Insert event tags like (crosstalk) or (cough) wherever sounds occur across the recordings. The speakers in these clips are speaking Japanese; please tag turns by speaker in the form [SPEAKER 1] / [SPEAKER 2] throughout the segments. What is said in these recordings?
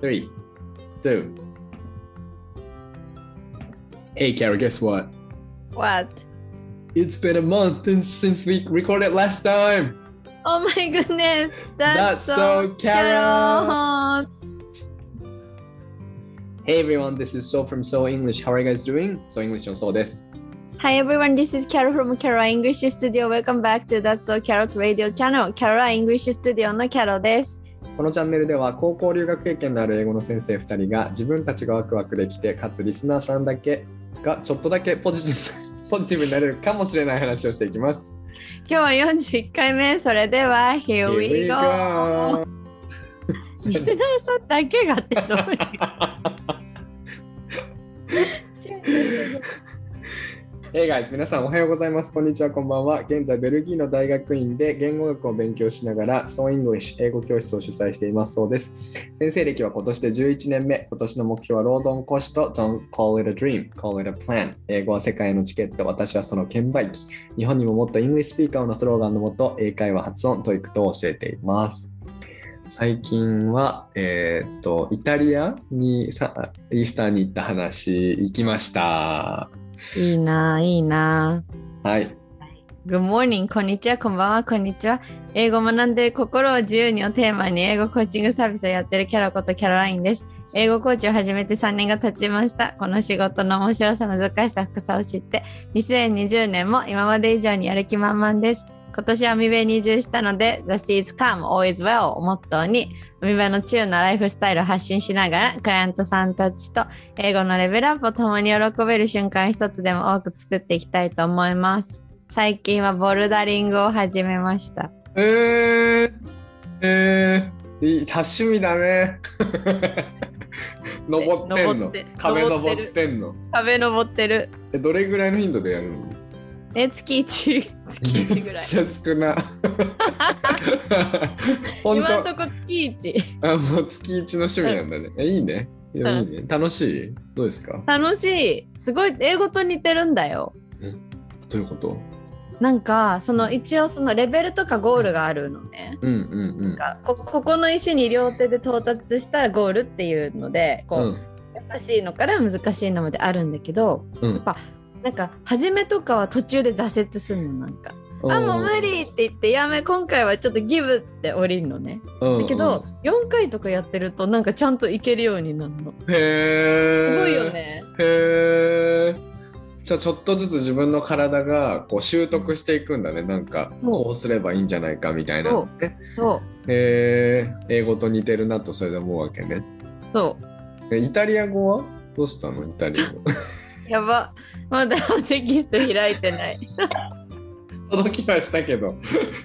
[SPEAKER 1] Three, two. Hey, Kara, guess what?
[SPEAKER 2] What?
[SPEAKER 1] It's been a month since we recorded last time.
[SPEAKER 2] Oh my goodness!
[SPEAKER 1] That's so
[SPEAKER 2] carrot!
[SPEAKER 1] Hey, everyone, this is So from So English. How are you guys doing? So English の So です。
[SPEAKER 2] Hi everyone, this is Carol from Carol English Studio. Welcome back to That's So Carrot Radio Channel. Carol English Studio の Carol です。
[SPEAKER 1] このチャンネルでは高校留学経験のある英語の先生2人が自分たちがワクワクできて、かつリスナーさんだけがちょっとだけポジテ (laughs) ィブポジティブになれるかもしれない話をしていきます。
[SPEAKER 2] 今日は41回目、それでは Here we go! (laughs) リスナーさんだけがってどういう (laughs)
[SPEAKER 1] Hey guys! 皆さんおはようございます。こんにちは、こんばんは。現在、ベルギーの大学院で言語学を勉強しながら、So English 英語教室を主催していますそうです。先生歴は今年で11年目。今年の目標は労働講師と Don't call it a dream, call it a plan。英語は世界へのチケット、私はその券売機。日本にももっとイングリッシュスピーカーのスローガンのもと、英会話発音、トイックと教えています。最近は、えーっと、イタリアにさイースターに行った話、行きました。
[SPEAKER 2] いいなぁ、いいな
[SPEAKER 1] はい。
[SPEAKER 2] ぁ。Good morning, こんにちは、こんばんは、こんにちは。英語を学んで心を自由にをテーマに英語コーチングサービスをやってるキャラことキャロラインです。英語コーチを始めて3年が経ちました。この仕事の面白さ、難しさ、深さを知って、2020年も今まで以上にやる気満々です。今年は海辺に移住したので、The Seeds Come Always Well をモットーに、海辺の中なライフスタイルを発信しながら、クライアントさんたちと英語のレベルアップを共に喜べる瞬間一つでも多く作っていきたいと思います。最近はボルダリングを始めました。
[SPEAKER 1] えー、えー、いい多趣味だね。 (laughs) 登ってん
[SPEAKER 2] 登
[SPEAKER 1] の
[SPEAKER 2] って
[SPEAKER 1] 壁
[SPEAKER 2] 登っ
[SPEAKER 1] 登
[SPEAKER 2] てる
[SPEAKER 1] ってんの
[SPEAKER 2] 壁登ってる。
[SPEAKER 1] えどれぐらいの頻度でやるの
[SPEAKER 2] え、月1、月1ぐ (laughs)
[SPEAKER 1] め
[SPEAKER 2] ら
[SPEAKER 1] っ
[SPEAKER 2] い。
[SPEAKER 1] ちゃ少な。 (laughs) 本
[SPEAKER 2] 今ん
[SPEAKER 1] 当
[SPEAKER 2] とこ月1。
[SPEAKER 1] あもう月一の趣味なんだね。えいいね。いやいいね。楽しいどうですか
[SPEAKER 2] 楽しい。すごい、英語と似てるんだよ。
[SPEAKER 1] どういうこと
[SPEAKER 2] なんか、その一応そのレベルとかゴールがあるのね。
[SPEAKER 1] うんうん
[SPEAKER 2] なんかこここの石に両手で到達したらゴールっていうのでこ
[SPEAKER 1] う
[SPEAKER 2] う、
[SPEAKER 1] ん。うん
[SPEAKER 2] 優しいのから難しいのまであるんだけど
[SPEAKER 1] うん
[SPEAKER 2] なんか初めとかは途中で挫折するのなんか「
[SPEAKER 1] ん
[SPEAKER 2] あもう無理!」って言って「やめ今回はちょっとギブ」って降りるのね
[SPEAKER 1] うん
[SPEAKER 2] だけど、4回とかやってるとなんかちゃんといけるようになるの
[SPEAKER 1] うんへー
[SPEAKER 2] すごいよね
[SPEAKER 1] へえ。じゃあちょっとずつ自分の体がこう習得していくんだね。なんか
[SPEAKER 2] そう
[SPEAKER 1] こうすればいいんじゃないかみたいなのね。
[SPEAKER 2] そう
[SPEAKER 1] へえ。英語と似てるなとそれで思うわけね。
[SPEAKER 2] そう
[SPEAKER 1] えイタリア語はどうしたのイタリア語。 (laughs)
[SPEAKER 2] やばまだ (laughs) テキスト開いてない
[SPEAKER 1] 届きはしたけ
[SPEAKER 2] (laughs)
[SPEAKER 1] ど、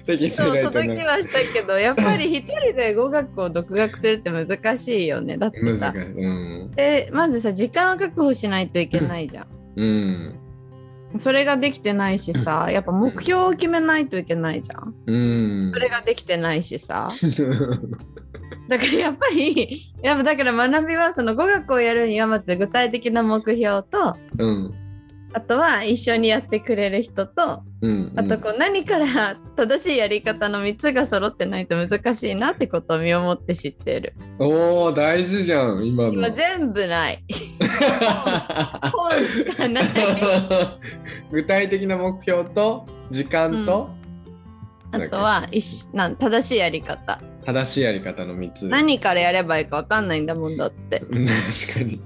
[SPEAKER 1] テキス
[SPEAKER 2] そ
[SPEAKER 1] ト
[SPEAKER 2] う
[SPEAKER 1] 開いて
[SPEAKER 2] 届き
[SPEAKER 1] ない。
[SPEAKER 2] はしたけどやっぱり一人で語学を独学するって難しいよねだってさ
[SPEAKER 1] 難しい。うん。
[SPEAKER 2] でまずさ時間を確保しないといけないじゃん
[SPEAKER 1] うん。
[SPEAKER 2] それができてないしさやっぱ目標を決めないといけないじゃん
[SPEAKER 1] うん
[SPEAKER 2] そ。れができてないしさ
[SPEAKER 1] (laughs) う
[SPEAKER 2] だからやっぱりやっぱだから学びはその語学をやるにはまず具体的な目標と
[SPEAKER 1] ん。
[SPEAKER 2] あとは一緒にやってくれる人と
[SPEAKER 1] うん。
[SPEAKER 2] あとこう何から正しいやり方の3つが揃ってないと難しいなってことを身をもって知ってる
[SPEAKER 1] おお大事じゃん今の。
[SPEAKER 2] 今全部ない
[SPEAKER 1] (laughs)
[SPEAKER 2] 本しかない
[SPEAKER 1] 具体的な目標と時間と
[SPEAKER 2] あとは一緒なん正しいやり方
[SPEAKER 1] 正しいやり方の3つです
[SPEAKER 2] 何からやればいいか分かんないんだもんだって
[SPEAKER 1] うん (laughs) 確か
[SPEAKER 2] (laughs)
[SPEAKER 1] に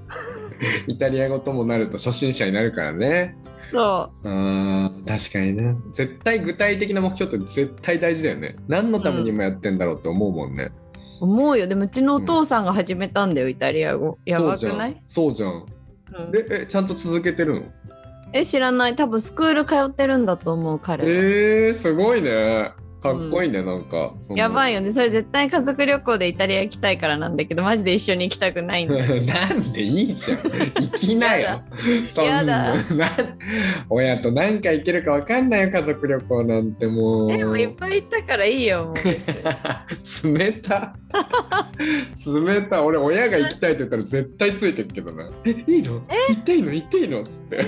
[SPEAKER 1] イタリア語ともなると初心者になるからね
[SPEAKER 2] そう
[SPEAKER 1] うーん確かにね絶対具体的な目標って絶対大事だよね何のためにもやってんだろうって思うもんね、
[SPEAKER 2] 思うよでもうちのお父さんが始めたんだよ、イタリア語やばくない
[SPEAKER 1] そうじゃんそうじゃん
[SPEAKER 2] うん
[SPEAKER 1] でえちゃんと続けてるの
[SPEAKER 2] え知らない多分スクール通ってるんだと思う彼は、
[SPEAKER 1] えー、すごいねかっこいいね、なんかそんな
[SPEAKER 2] やばいよねそれ絶対家族旅行でイタリア行きたいからなんだけどマジで一緒に行きたくないんだよ
[SPEAKER 1] (laughs) なんでいいじゃん行きなよ
[SPEAKER 2] や
[SPEAKER 1] そんな
[SPEAKER 2] やだ
[SPEAKER 1] な (laughs) 親と何回行けるか分かんないよ家族旅行なんてもう
[SPEAKER 2] でもいっぱい行ったからいい
[SPEAKER 1] (laughs)
[SPEAKER 2] よもう
[SPEAKER 1] 冷
[SPEAKER 2] (laughs)
[SPEAKER 1] た冷た俺親が行きたいって言ったら絶対ついてるけどなえいいの行っていいの行っていいのっつって
[SPEAKER 2] だ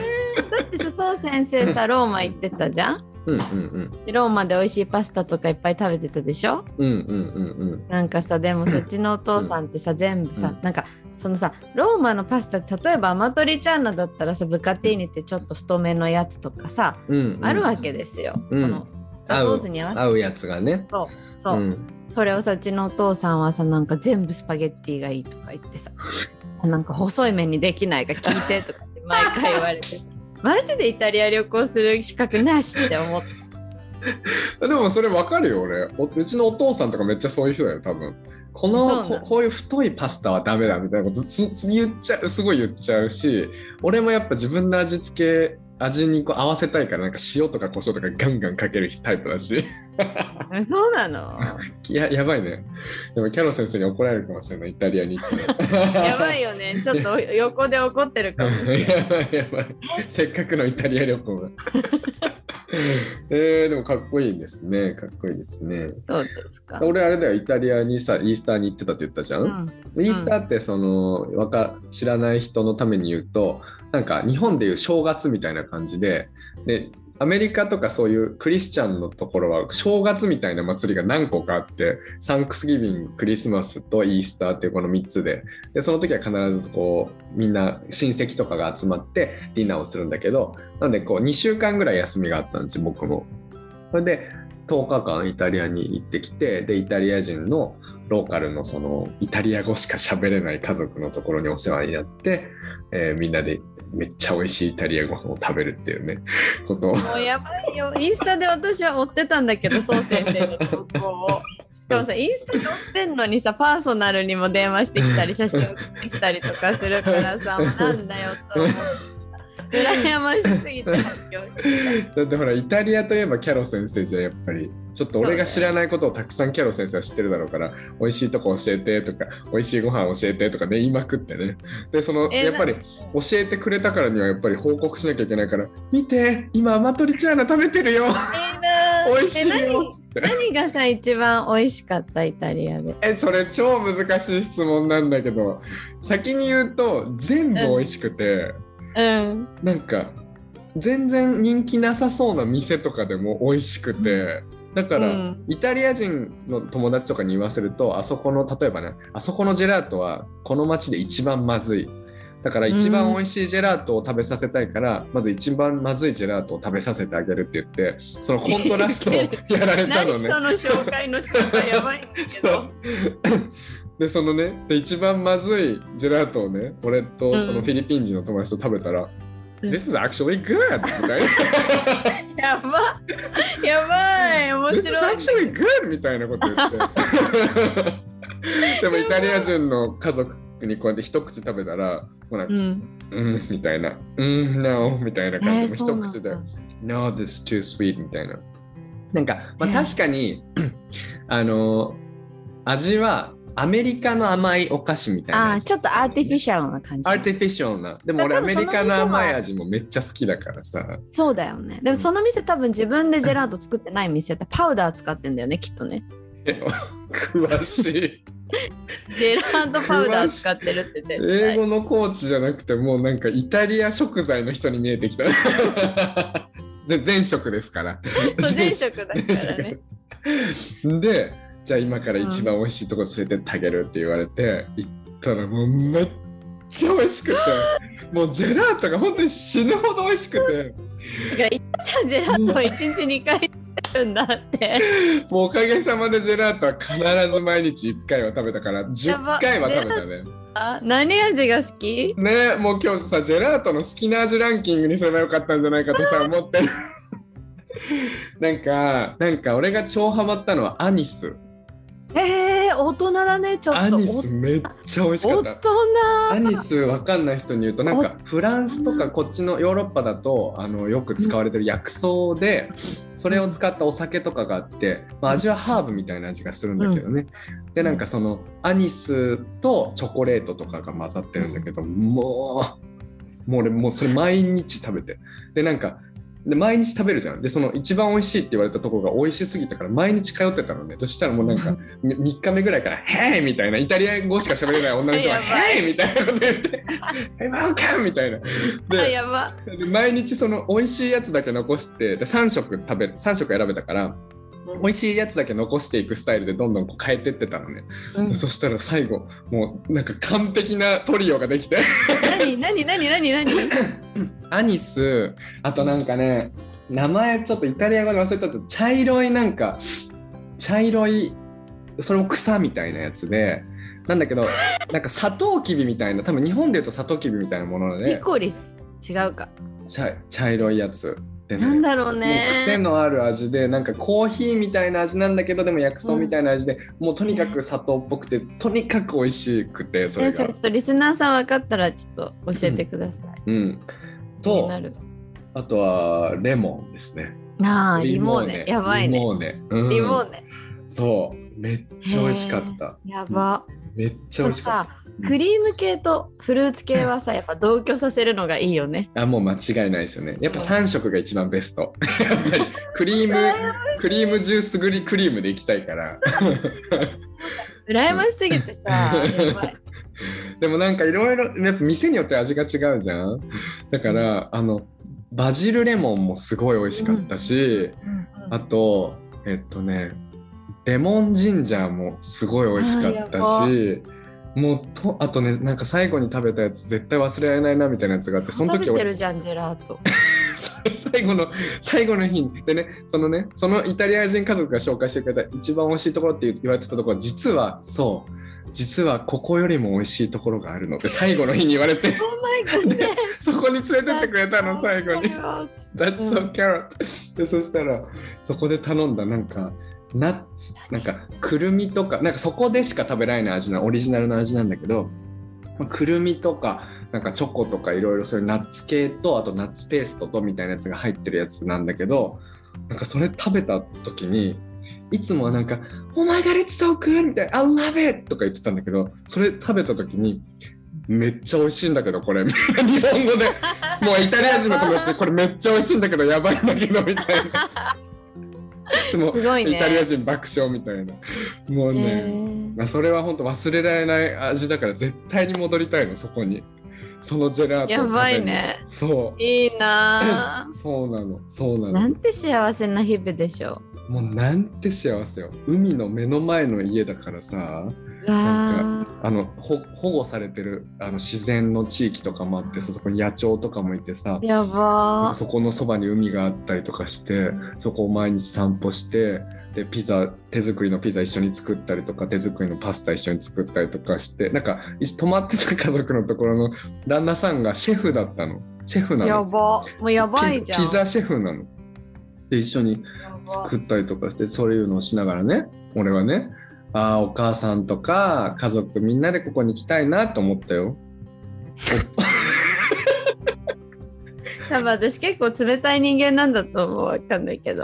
[SPEAKER 2] ってさそう先生さローマ行ってたじゃん
[SPEAKER 1] うんうん
[SPEAKER 2] でローマで美味しいパスタとかいっぱい食べてたでしょ
[SPEAKER 1] うんうんうんうんうん
[SPEAKER 2] なんかさでもそっちのお父さんってさ全部さ、
[SPEAKER 1] うん
[SPEAKER 2] なんかそのさローマのパスタって例えばアマトリチャーナだったらさブカティーニってちょっと太めのやつとかさ、
[SPEAKER 1] うんうん
[SPEAKER 2] あるわけですよ、
[SPEAKER 1] うん
[SPEAKER 2] そのパスタソースに合わせて
[SPEAKER 1] 合うやつがね
[SPEAKER 2] そうそう、
[SPEAKER 1] ん、
[SPEAKER 2] それをさうちのお父さんはさなんか全部スパゲッティがいいとか言ってさなんか細い麺にできないが聞いてとかって毎回言われ (laughs) てマジでイタリア旅行する資格なしって思って
[SPEAKER 1] でもそれわかるよ俺おうちのお父さんとかめっちゃそういう人だよ多分この
[SPEAKER 2] そうな
[SPEAKER 1] こ
[SPEAKER 2] の
[SPEAKER 1] こういう太いパスタはダメだみたいなことすす言っちゃうすごい言っちゃうし俺もやっぱ自分の味付け味にこう合わせたいからなんか塩とか胡椒とかガンガンかけるタイプだし (laughs)
[SPEAKER 2] そうな (laughs) の
[SPEAKER 1] ややばいねでもキャロ先生に怒られるかもしれないイタリアに行ってね
[SPEAKER 2] (laughs) やばいよねちょっと横で怒ってるかもしれ (laughs) ない
[SPEAKER 1] (laughs) やばいやばいせっかくのイタリア旅行が (laughs) えー、でもかっこいいですねかっこいいですね
[SPEAKER 2] そうですか、
[SPEAKER 1] 俺あれだよイタリアにさイースターに行ってたって言ったじゃ、
[SPEAKER 2] うんん、
[SPEAKER 1] イースターってそのわか知らない人のために言うとなんか日本でいう正月みたいな感じででアメリカとかそういうクリスチャンのところは正月みたいな祭りが何個かあってサンクスギビングクリスマスとイースターっていうこの3つででその時は必ずこうみんな親戚とかが集まってディナーをするんだけどなんでこう2週間ぐらい休みがあったんですよ僕も。それで10日間イタリアに行ってきてでイタリア人のローカルのそのイタリア語しか喋れない家族のところにお世話になって、えーみんなでめっちゃ美味しいイタリアご飯を食べるっていうね (laughs) ことを
[SPEAKER 2] もうやばいよインスタで私は追ってたんだ
[SPEAKER 1] (laughs)
[SPEAKER 2] けどそう先生の投稿をでもさインスタに載ってんのにさパーソナルにも電話してき
[SPEAKER 1] (laughs)
[SPEAKER 2] たり写真送ってきたりとかするからさもうなんだよと思ってさ羨ましすぎて
[SPEAKER 1] だってほらイタリアといえばキャロ先生じゃんやっぱりちょっと俺が知らないことをたくさんキャロ先生は知ってるだろうから美味しいとこ教えてとか美味しいご飯教えてとかね言いまくってねでその
[SPEAKER 2] えー
[SPEAKER 1] (laughs) やっぱり教えてくれたからにはやっぱり報告しなきゃいけないから見て今アマトリチャーナ食べてる
[SPEAKER 2] (laughs)
[SPEAKER 1] よ美
[SPEAKER 2] 美
[SPEAKER 1] 味しいよつって
[SPEAKER 2] 何何がさ一番美味しかったイタリアで
[SPEAKER 1] えそれ超難しい質問なんだけど先に言うと全部美味しくて、
[SPEAKER 2] うん
[SPEAKER 1] なんか全然人気なさそうな店とかでも美味しくて、だから、
[SPEAKER 2] うん
[SPEAKER 1] イタリア人の友達とかに言わせるとあそこの例えばねあそこのジェラートはこの町で一番まずいだから一番美味しいジェラートを食べさせたいから、まず一番まずいジェラートを食べさせてあげるって言ってそのコントラストをやられた
[SPEAKER 2] (laughs) 何
[SPEAKER 1] の
[SPEAKER 2] そ
[SPEAKER 1] ね。
[SPEAKER 2] の紹介の仕方やばいんだけ
[SPEAKER 1] (laughs) そ
[SPEAKER 2] ど
[SPEAKER 1] うでそのねで一番まずいジェラートをね俺
[SPEAKER 2] う
[SPEAKER 1] と
[SPEAKER 2] ん
[SPEAKER 1] そのフィリピン人の友達と食べたら「
[SPEAKER 2] うん
[SPEAKER 1] This is actually good」み
[SPEAKER 2] (laughs)
[SPEAKER 1] たいな
[SPEAKER 2] やばやばい
[SPEAKER 1] 「
[SPEAKER 2] 面
[SPEAKER 1] This is (laughs)
[SPEAKER 2] 白い
[SPEAKER 1] actually good」みたいなこと言
[SPEAKER 2] (laughs)
[SPEAKER 1] ってでもイタリア人の家族にこうやって一口食べたらもうなん
[SPEAKER 2] う
[SPEAKER 1] か
[SPEAKER 2] ん
[SPEAKER 1] 「うん」みたいな「うん No」みたいな
[SPEAKER 2] え
[SPEAKER 1] 感
[SPEAKER 2] ー
[SPEAKER 1] じ
[SPEAKER 2] そ
[SPEAKER 1] で一
[SPEAKER 2] うなんだ
[SPEAKER 1] 口で No, this is too sweet みたいな。なんか、まあ、
[SPEAKER 2] ええ
[SPEAKER 1] 確かに、 (clears throat) あの、味はアメリカの甘いお菓子みたいな
[SPEAKER 2] あー
[SPEAKER 1] 味。
[SPEAKER 2] ちょっとアーティフィシャルな感じ
[SPEAKER 1] アーティフィシャルな。でも俺ア
[SPEAKER 2] 多
[SPEAKER 1] メ
[SPEAKER 2] 分その
[SPEAKER 1] リカの甘い味もめっちゃ好きだからさ。
[SPEAKER 2] そうだよねでもその店多分自分でジェラート作ってない店だパウダー使ってんだよねきっとね
[SPEAKER 1] でも詳しい。
[SPEAKER 2] ジェラートパウダー使ってるって絶
[SPEAKER 1] 英
[SPEAKER 2] 対
[SPEAKER 1] 語のコーチじゃなくてもうなんかイタリア食材の人に見えてきた。 (laughs) ぜ全食ですから。
[SPEAKER 2] そう前職だからね
[SPEAKER 1] でじゃあ今から一番美味しいとこ連れてってあげるって言われて、行ったらもうめっちゃ美味しくてもうジェラートが本当に死ぬほど美味しく
[SPEAKER 2] だからいつさジェラートを1日2回作るんだって
[SPEAKER 1] てもうおかげさまでジェラートは必ず毎日1回は食べたから10回は食べたね
[SPEAKER 2] あ何味が好き
[SPEAKER 1] ねもう今日さジェラートの好きな味ランキングにすればよかったんじゃないかとさ思ってるなんかなんか俺が超ハマったのはアニス
[SPEAKER 2] えー、大人だねちょ
[SPEAKER 1] ア
[SPEAKER 2] っと
[SPEAKER 1] ニスめっちゃ美味しか
[SPEAKER 2] お
[SPEAKER 1] った
[SPEAKER 2] 大人
[SPEAKER 1] アニスわかんない人に言うとなんかフランスとかこっちのヨーロッパだとあのよく使われてる薬草でそれを使ったお酒とかがあって、まあ、味はハーブみたいな味がするんだけどね、でなんかそのアニスとチョコレートとかが混ざってるんだけどもうもう俺もうそれ毎日食べてでなんかで毎日食べるじゃんでその一番美味しいって言われたとこが美味しすぎたから毎日通ってたのねそしたらもうなんか3日目ぐらいから「へえ!」みたいなイタリア語しか喋れない女の人が「
[SPEAKER 2] やばい
[SPEAKER 1] へえ!」みたいなこと言って「えワンカン!」みたいな
[SPEAKER 2] あ
[SPEAKER 1] で
[SPEAKER 2] やば
[SPEAKER 1] で毎日その美味しいやつだけ残してで3食食べる3食選べたから美味しいやつだけ残していくスタイルでどんどんこう変えてってたのね、
[SPEAKER 2] うん
[SPEAKER 1] そしたら最後もうなんか完璧なトリオができて
[SPEAKER 2] 何何何何何
[SPEAKER 1] アニスあとなんかね名前ちょっとイタリア語で忘れたと茶色いなんか茶色いそれも草みたいなやつでなんだけ
[SPEAKER 2] (laughs)
[SPEAKER 1] どなんかサトウキビみたいな多分日本でいうとサトウキビみたいなもの
[SPEAKER 2] リ
[SPEAKER 1] で
[SPEAKER 2] コリス違うか
[SPEAKER 1] 茶茶色いやつで
[SPEAKER 2] なんだろう
[SPEAKER 1] もう癖
[SPEAKER 2] ね
[SPEAKER 1] のある味でなんかコーヒーみたいな味なんだけどでも薬草みたいな味で、もうとにかく砂糖っぽくてとにかく美味しくてそれ
[SPEAKER 2] えそ
[SPEAKER 1] が
[SPEAKER 2] れちょっとリスナーさん分かったらちょっと教えてください
[SPEAKER 1] うん
[SPEAKER 2] 気に
[SPEAKER 1] と
[SPEAKER 2] なる
[SPEAKER 1] あとはレモンですね
[SPEAKER 2] なあリモーネやばい
[SPEAKER 1] リ
[SPEAKER 2] ね
[SPEAKER 1] モーネ、うん
[SPEAKER 2] リモーネ
[SPEAKER 1] そうめっちゃ美味しかった
[SPEAKER 2] やば
[SPEAKER 1] めっちゃ美
[SPEAKER 2] その
[SPEAKER 1] 味しかっ
[SPEAKER 2] さ
[SPEAKER 1] た
[SPEAKER 2] クリーム系とフルーツ系はさやっぱ同居させるのがいいよ
[SPEAKER 1] (laughs)
[SPEAKER 2] ね
[SPEAKER 1] あもう間違いないですよねやっぱ3色が一番ベス
[SPEAKER 2] (laughs)
[SPEAKER 1] トやっぱりクリームクリームジュースグリクリームでいきたいから
[SPEAKER 2] 羨ましすぎてさやばい
[SPEAKER 1] でもなんかいろいろやっぱ店によって味が違うじゃんだからあのバジルレモンもすごい美味しかったし、あとえっとねレモンジンジャーもすごい美味しかった
[SPEAKER 2] あ
[SPEAKER 1] しもうとあとねなんか最後に食べたやつ絶対忘れられないなみたいなやつがあってその時
[SPEAKER 2] 食べてる
[SPEAKER 1] 俺
[SPEAKER 2] じゃんジェラート
[SPEAKER 1] (laughs) 最後の最後の日にでねそのねそのイタリア人家族が紹介してくれた一番美味しいところって言われてたところ実はそう実はここよりも美味しいところがあるのって最後の日に言われて
[SPEAKER 2] Oh my god
[SPEAKER 1] そこに連れてってくれたの最後に。That's
[SPEAKER 2] う
[SPEAKER 1] so carrot、でそしたらそこで頼んだなんかナッツなんかくるみとかなんかそこでしか食べられない味なオリジナルの味なんだけど、まあくるみとかなんかチョコとかいろいろそういうナッツ系とあとナッツペーストとみたいなやつが入ってるやつなんだけどなんかそれ食べた時にいつもはなんか「Oh my god it's so good」みたいな「I love it」とか言ってたんだけどそれ食べた時に「めっちゃ美味しいんだけどこれ」みたいな日本
[SPEAKER 2] (laughs)
[SPEAKER 1] 語で。もうイタリア人の友達これめっちゃ美味しいんだけどやばいんだけどみたいな。
[SPEAKER 2] (laughs)
[SPEAKER 1] でも
[SPEAKER 2] すごいね
[SPEAKER 1] イタリア人爆笑みたいな。もう
[SPEAKER 2] へ
[SPEAKER 1] ね、
[SPEAKER 2] ー
[SPEAKER 1] まあ、それは本当忘れられない味だから絶対に戻りたいのそこに。そのジェラートを
[SPEAKER 2] や
[SPEAKER 1] 食べに
[SPEAKER 2] ばい。ね
[SPEAKER 1] そ
[SPEAKER 2] いいな
[SPEAKER 1] う。そうなの。そう
[SPEAKER 2] あ
[SPEAKER 1] なの。
[SPEAKER 2] なんて幸せな日々でしょ
[SPEAKER 1] もうなんて幸せよ。海の目の前の家だからさ。
[SPEAKER 2] うわ
[SPEAKER 1] あのほ保護されてるあの自然の地域とかもあってさそこに野鳥とかもいてさ
[SPEAKER 2] ーやば
[SPEAKER 1] そこのそばに海があったりとかしてそこを毎日散歩してでピザ手作りのピザ一緒に作ったりとか手作りのパスタ一緒に作ったりとかしてなんかい泊まってた家族のところの旦那さんがシェフだったのシェフなの
[SPEAKER 2] やばもうやばい
[SPEAKER 1] ピ
[SPEAKER 2] じ
[SPEAKER 1] ザ
[SPEAKER 2] ゃん
[SPEAKER 1] ピザシェフなので一緒に
[SPEAKER 2] やば
[SPEAKER 1] 作ったりとかしてそういうのをしながらね俺はねああお母さんとか家族みんなでここに来たいなと思ったよ
[SPEAKER 2] 多分私結構冷たい人間なんだと思うわかんないけど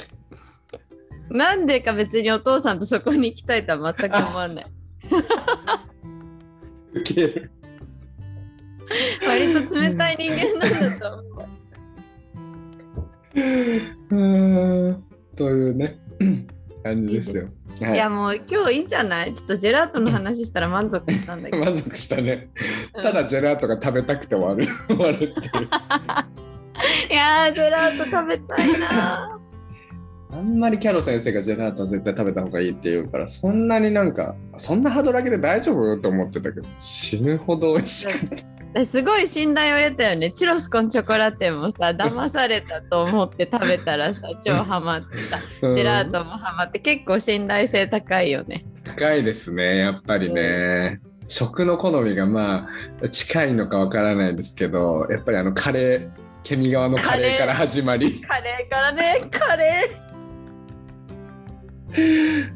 [SPEAKER 2] なんでか別にお父さんとそこに行きたいとは全く思
[SPEAKER 1] (laughs)
[SPEAKER 2] わない
[SPEAKER 1] 受ける
[SPEAKER 2] 割と冷たい人間なんだと思う
[SPEAKER 1] (laughs) うーんというね (clears throat) 感じですよはい
[SPEAKER 2] や
[SPEAKER 1] い
[SPEAKER 2] もう今日いいんじゃないちょっとジェラートの話したら満足したんだけど、
[SPEAKER 1] 満足したね
[SPEAKER 2] う
[SPEAKER 1] (laughs)
[SPEAKER 2] ん
[SPEAKER 1] ただジェラートが食べたくて終わる (laughs) 終わるっていう
[SPEAKER 2] いやージェラート食べたいな
[SPEAKER 1] あんまりキャロ先生がジェラートは絶対食べた方がいいって言うからそんなになんかそんなハードル上げて大丈夫と思ってたけど死ぬほど美味しかった (laughs)
[SPEAKER 2] ーすごい信頼を得たよねチュロスコンチョコラテもさ騙されたと思って食べたらさ超ハマってさ
[SPEAKER 1] ジ
[SPEAKER 2] ジェラートもハマって結構信頼性高いよね
[SPEAKER 1] 近いですねやっぱりね、食の好みがまあ近いのかわからないですけどやっぱりあのカレーケミ側のカレーから始まり (laughs)
[SPEAKER 2] カレーからねカレー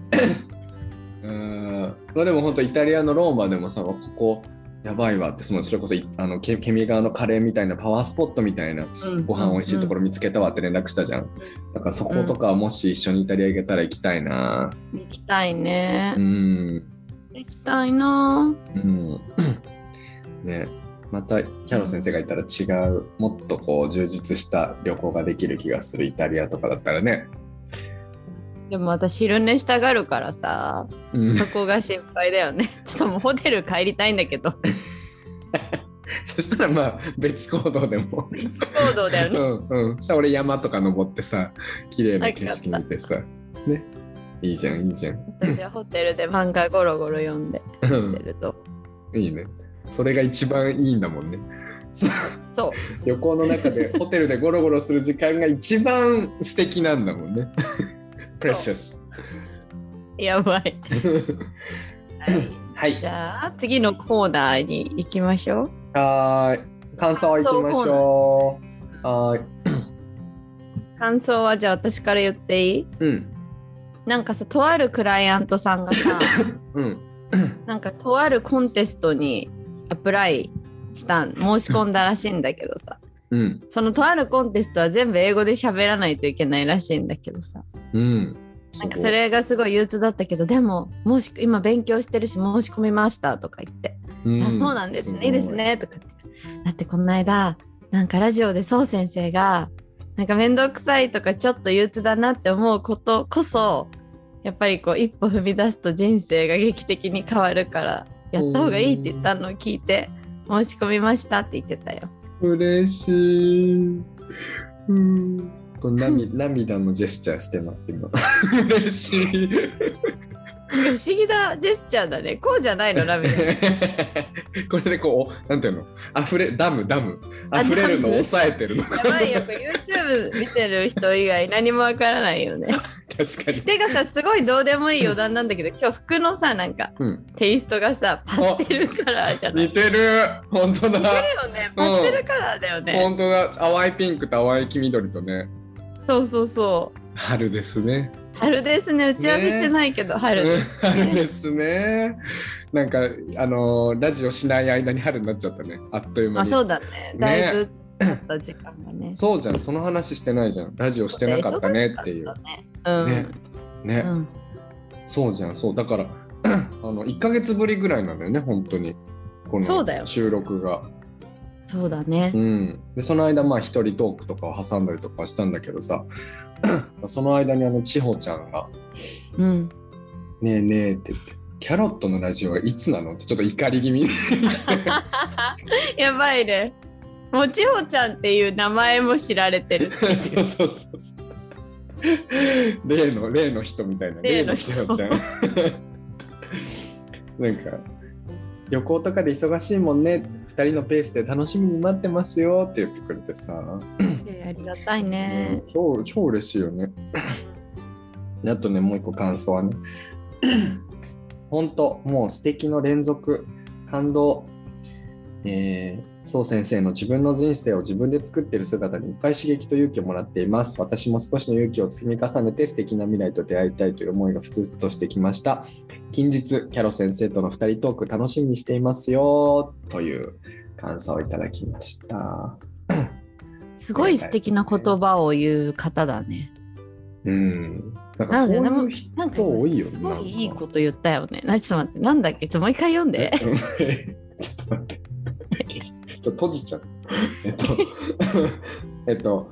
[SPEAKER 1] うんまあでも本当イタリアのローマでもさここやばいわってそのそれこそいあのケケミ側のカレーみたいなパワースポットみたいなご飯美味しいところ見つけたわって連絡したじゃん、だからそことかはもし一緒にイタリア行けたら行きたいな
[SPEAKER 2] ろ行きたいね
[SPEAKER 1] うん
[SPEAKER 2] 行きたいな
[SPEAKER 1] うんねまたキャロ先生がいたら違うもっとこう充実した旅行ができる気がするイタリアとかだったらね、
[SPEAKER 2] でも私昼寝したがるからさ
[SPEAKER 1] うん、
[SPEAKER 2] そこが心配だよね (laughs) ちょっともうホテル帰りたいんだけど
[SPEAKER 1] (laughs) そしたらまあ別行動でも
[SPEAKER 2] 行動だよ
[SPEAKER 1] う
[SPEAKER 2] ね
[SPEAKER 1] んうんそしたら俺山とか登ってさ綺麗な景色見てさねいいじゃんいいじゃん
[SPEAKER 2] 私はホテルで漫画ゴロゴロ読んで
[SPEAKER 1] う
[SPEAKER 2] して
[SPEAKER 1] ん
[SPEAKER 2] ると、
[SPEAKER 1] いいねそれが一番いいんだもんねそう
[SPEAKER 2] そう
[SPEAKER 1] 旅行の中 (laughs) でホテルでゴロゴロする時間が一番素敵なんだも (laughs) んねプレシャス
[SPEAKER 2] やばい、
[SPEAKER 1] はい
[SPEAKER 2] じゃあ次のコーナーに行きましょう
[SPEAKER 1] はーい。感想いきましょう。はーい。
[SPEAKER 2] 感想はじゃあ私から言っていい
[SPEAKER 1] うん。
[SPEAKER 2] なんかさとあるクライアントさんがさ
[SPEAKER 1] うん。
[SPEAKER 2] なんかとあるコンテストにアプライしたん申し込んだらしいんだけどさ
[SPEAKER 1] うん。
[SPEAKER 2] そのとあるコンテストは全部英語で喋らないといけないらしいんだけどさ
[SPEAKER 1] うん。
[SPEAKER 2] なんかそれがすごい憂鬱だったけどでももし今勉強してるし申し込みましたとか言って
[SPEAKER 1] ごい、
[SPEAKER 2] あそうなんですね、
[SPEAKER 1] ご
[SPEAKER 2] いいです。ねとかってだってこの間なんかラジオでそう先生がなんか面倒くさいとかちょっと憂鬱だなって思うことこそやっぱりこう一歩踏み出すと人生が劇的に変わるからやった方がいいって言ったのを聞いて申し込みましたって言ってたよ。
[SPEAKER 1] 嬉しい。うん。これ涙涙のジェスチャーしてます今。嬉しい。
[SPEAKER 2] 不思議なジェスチャーだねこうじゃないのラミが
[SPEAKER 1] これでこうなんていうの溢れダムダム
[SPEAKER 2] あ
[SPEAKER 1] 溢れるの
[SPEAKER 2] ダム
[SPEAKER 1] を抑えてるの (laughs)
[SPEAKER 2] やばいよこれ YouTube 見てる人以外何もわからない (laughs) よね。
[SPEAKER 1] 確かに。
[SPEAKER 2] てかさすごいどうでもいい余談なんだけど今日服のさなんか
[SPEAKER 1] うん、
[SPEAKER 2] テイストがさパステルカラーじゃない
[SPEAKER 1] 似てる本当
[SPEAKER 2] 似て
[SPEAKER 1] だ
[SPEAKER 2] るよねパステルカラーだよね、
[SPEAKER 1] 本当だ淡いピンクと淡い黄緑とね
[SPEAKER 2] そうそうそう
[SPEAKER 1] 春ですね
[SPEAKER 2] 春ですね打ち合わせしてないけど、春
[SPEAKER 1] う
[SPEAKER 2] で
[SPEAKER 1] ん
[SPEAKER 2] す
[SPEAKER 1] 春
[SPEAKER 2] (laughs)
[SPEAKER 1] ですね。なんかあのーラジオしない間に春になっちゃったね。あっという間
[SPEAKER 2] あ
[SPEAKER 1] に。
[SPEAKER 2] そうだねだいぶ経った時間がね
[SPEAKER 1] そうじゃん。その話してないじゃん。ラジオしてなかったねっていう
[SPEAKER 2] 忙しか。ったね
[SPEAKER 1] ね、
[SPEAKER 2] うん、うん、
[SPEAKER 1] そうじゃん。そうだから (clears throat) あの一ヶ月ぶりぐらいなんだよね。本当にこ
[SPEAKER 2] そうだ
[SPEAKER 1] の
[SPEAKER 2] よ
[SPEAKER 1] 収録が。
[SPEAKER 2] そうだね
[SPEAKER 1] うん。でその間まあ一人トークとかを挟んだりとかしたんだけどさ、 (clears throat) その間にあの千穂ちゃんが
[SPEAKER 2] うん
[SPEAKER 1] ねえねえって言って。キャロットのラジオはいつなのってちょっと怒り気味に
[SPEAKER 2] やばいねもちほちゃんっていう名前も知られてる
[SPEAKER 1] そうそうそうそう。例の例の人みたいな
[SPEAKER 2] 例の人
[SPEAKER 1] 例ちゃん。なんか旅行とかで忙しいもんね。二人のペースで楽しみに待ってますよって言ってくれてさ、
[SPEAKER 2] ありがたいね
[SPEAKER 1] うん超超嬉しいよね。であとねもう一個感想はね。 (coughs) 本当もう素敵の連続感動。えーそう先生の自分の人生を自分で作っている姿にいっぱい刺激と勇気をもらっています。私も少しの勇気を積み重ねて素敵な未来と出会いたいという思いがふつふつとしてきました。近日、キャロ先生との2人トーク楽しみにしていますよという感想をいただきました。
[SPEAKER 2] すごい素敵な言葉を言う方だね
[SPEAKER 1] うん。なんか
[SPEAKER 2] な
[SPEAKER 1] そ
[SPEAKER 2] ん
[SPEAKER 1] うい
[SPEAKER 2] で
[SPEAKER 1] う
[SPEAKER 2] なんか
[SPEAKER 1] 人
[SPEAKER 2] 今
[SPEAKER 1] 多いよね
[SPEAKER 2] すごいいい
[SPEAKER 1] なんか
[SPEAKER 2] こと言ったよね。なちょっと待って、なんだっけ、ちょもう一回読んで。
[SPEAKER 1] ちょっと待って。ちょっと閉じちゃう。えっと、えっと、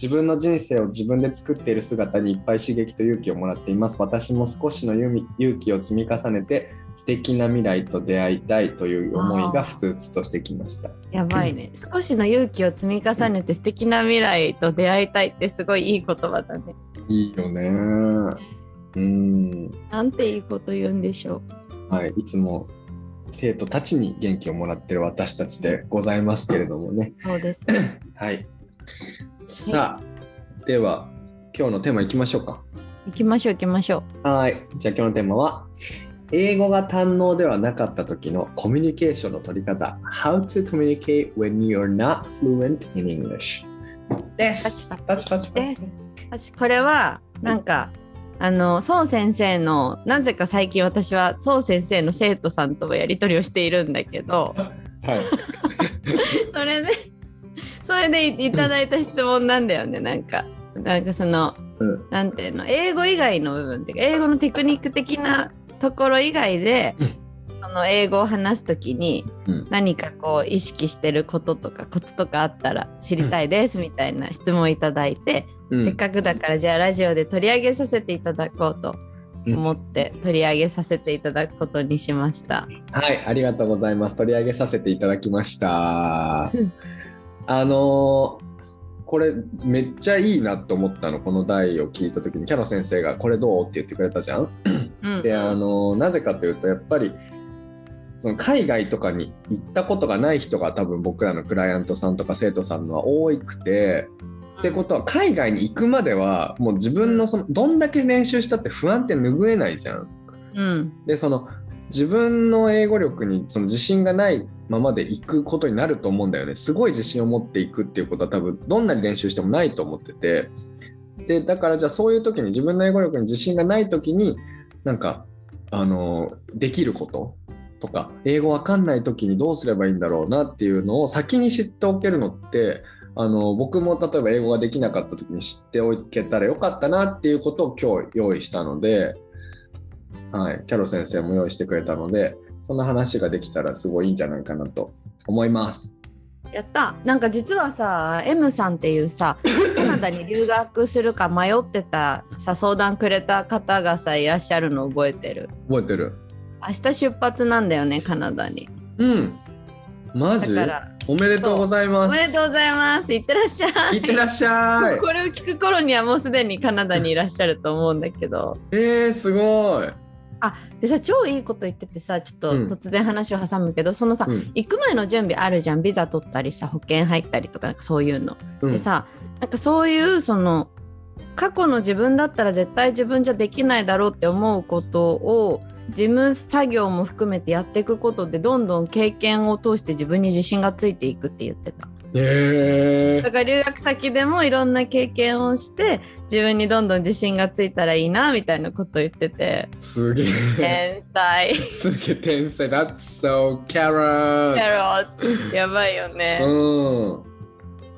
[SPEAKER 1] 自分の人生を自分で作っている姿にいっぱい刺激と勇気をもらっています。私も少しの勇勇気を積み重ねて、素敵な未来と出会いたいという思いがふつふつとしてきました。
[SPEAKER 2] やばいね。 (clears throat) 少しの勇気を積み重ねて素敵な未来と出会いたいってすごいいい言葉だね。
[SPEAKER 1] いいよね。うん。
[SPEAKER 2] なんていいこと言うんでしょう。
[SPEAKER 1] はい、いつも生徒たちに元気をもらってる私たちでございますけれどもね。
[SPEAKER 2] そうですね。 (laughs)
[SPEAKER 1] はい。さあ、では今日のテーマいきましょうか。
[SPEAKER 2] 行きましょう行きましょう。
[SPEAKER 1] はい。じゃあ今日のテーマは英語が堪能ではなかった時のコミュニケーションの取り方 How to communicate when you're not fluent in English です。
[SPEAKER 2] パ
[SPEAKER 1] パチパチパチ。
[SPEAKER 2] 私これはなんか、あの宋先生のなぜか最近私は宋先生の生徒さんともやり取りをしているんだけ (laughs) ど
[SPEAKER 1] はい。
[SPEAKER 2] それでそれでいいただいた質問なんだよねなんかなんかその
[SPEAKER 1] うん。
[SPEAKER 2] なんていうの英語以外の部分っていうか英語のテクニック的なところ以外でその英語を話すときに
[SPEAKER 1] うん
[SPEAKER 2] 何かこう意識してることとかコツとかあったら知りたいですみたいな質問をいただいて、
[SPEAKER 1] うん
[SPEAKER 2] せっかくだからじゃあラジオで取り上げさせていただこうと思って取り上げさせていただくことにしました。
[SPEAKER 1] はい、ありがとうございます。取り上げさせていただきました
[SPEAKER 2] うん。
[SPEAKER 1] あのーこれめっちゃいいなと思ったのこの題を聞いた時にキャロ先生が「これどう?」って言ってくれたじゃん。
[SPEAKER 2] うん
[SPEAKER 1] であのーなぜかというとやっぱりその海外とかに行ったことがない人が多分僕らのクライアントさんとか生徒さんのは多くて。ってことは海外に行くまではもう自分のそのどんだけ練習したって不安って拭えないじゃん。
[SPEAKER 2] うん
[SPEAKER 1] でその自分の英語力にその自信がないままで行くことになると思うんだよねすごい自信を持っていくっていうことは多分どんなに練習してもないと思っててでだからじゃあそういう時に自分の英語力に自信がない時になんかあのできることとか英語わかんない時にどうすればいいんだろうなっていうのを先に知っておけるのってあの僕も例えば英語ができなかった時に知っておけたらよかったなっていうことを今日用意したので、はい、キャロ先生も用意してくれたのでそんな話ができたらすごいいいんじゃないかなと思います。
[SPEAKER 2] やったなんか実はさ M さんっていうさカナダに留学するか迷ってたさ相談くれた方がさいらっしゃるの覚えてる
[SPEAKER 1] 覚えてる
[SPEAKER 2] 明日出発なんだよねカナダに
[SPEAKER 1] うんマ
[SPEAKER 2] だ
[SPEAKER 1] ジ
[SPEAKER 2] から
[SPEAKER 1] おめでとうござい
[SPEAKER 2] お
[SPEAKER 1] ます。
[SPEAKER 2] めでとうございますいってらっしゃい。
[SPEAKER 1] いってらっしゃい
[SPEAKER 2] これを聞く頃にはもうすでにカナダにいらっしゃると思うんだけど
[SPEAKER 1] えー、すごい。
[SPEAKER 2] でさ超いいこと言っててさちょっと
[SPEAKER 1] うん
[SPEAKER 2] 突然話を挟むけど、そのさ
[SPEAKER 1] うん
[SPEAKER 2] 行く前の準備あるじゃんビザ取ったりさ保険入ったりとかなんかそういうの
[SPEAKER 1] うん
[SPEAKER 2] でさなんかそういうその過去の自分だったら絶対自分じゃできないだろうって思うことを事務作業も含めてやっていくことでどんどん経験を通して自分に自信がついていくって言ってた
[SPEAKER 1] え
[SPEAKER 2] だから留学先でもいろんな経験をして自分にどんどん自信がついたらいいなみたいなこと言ってて
[SPEAKER 1] ー、すげえ。
[SPEAKER 2] 天
[SPEAKER 1] (laughs)
[SPEAKER 2] 才
[SPEAKER 1] すげえ天才。That's so carrot.
[SPEAKER 2] やろうってやばいよね
[SPEAKER 1] うん。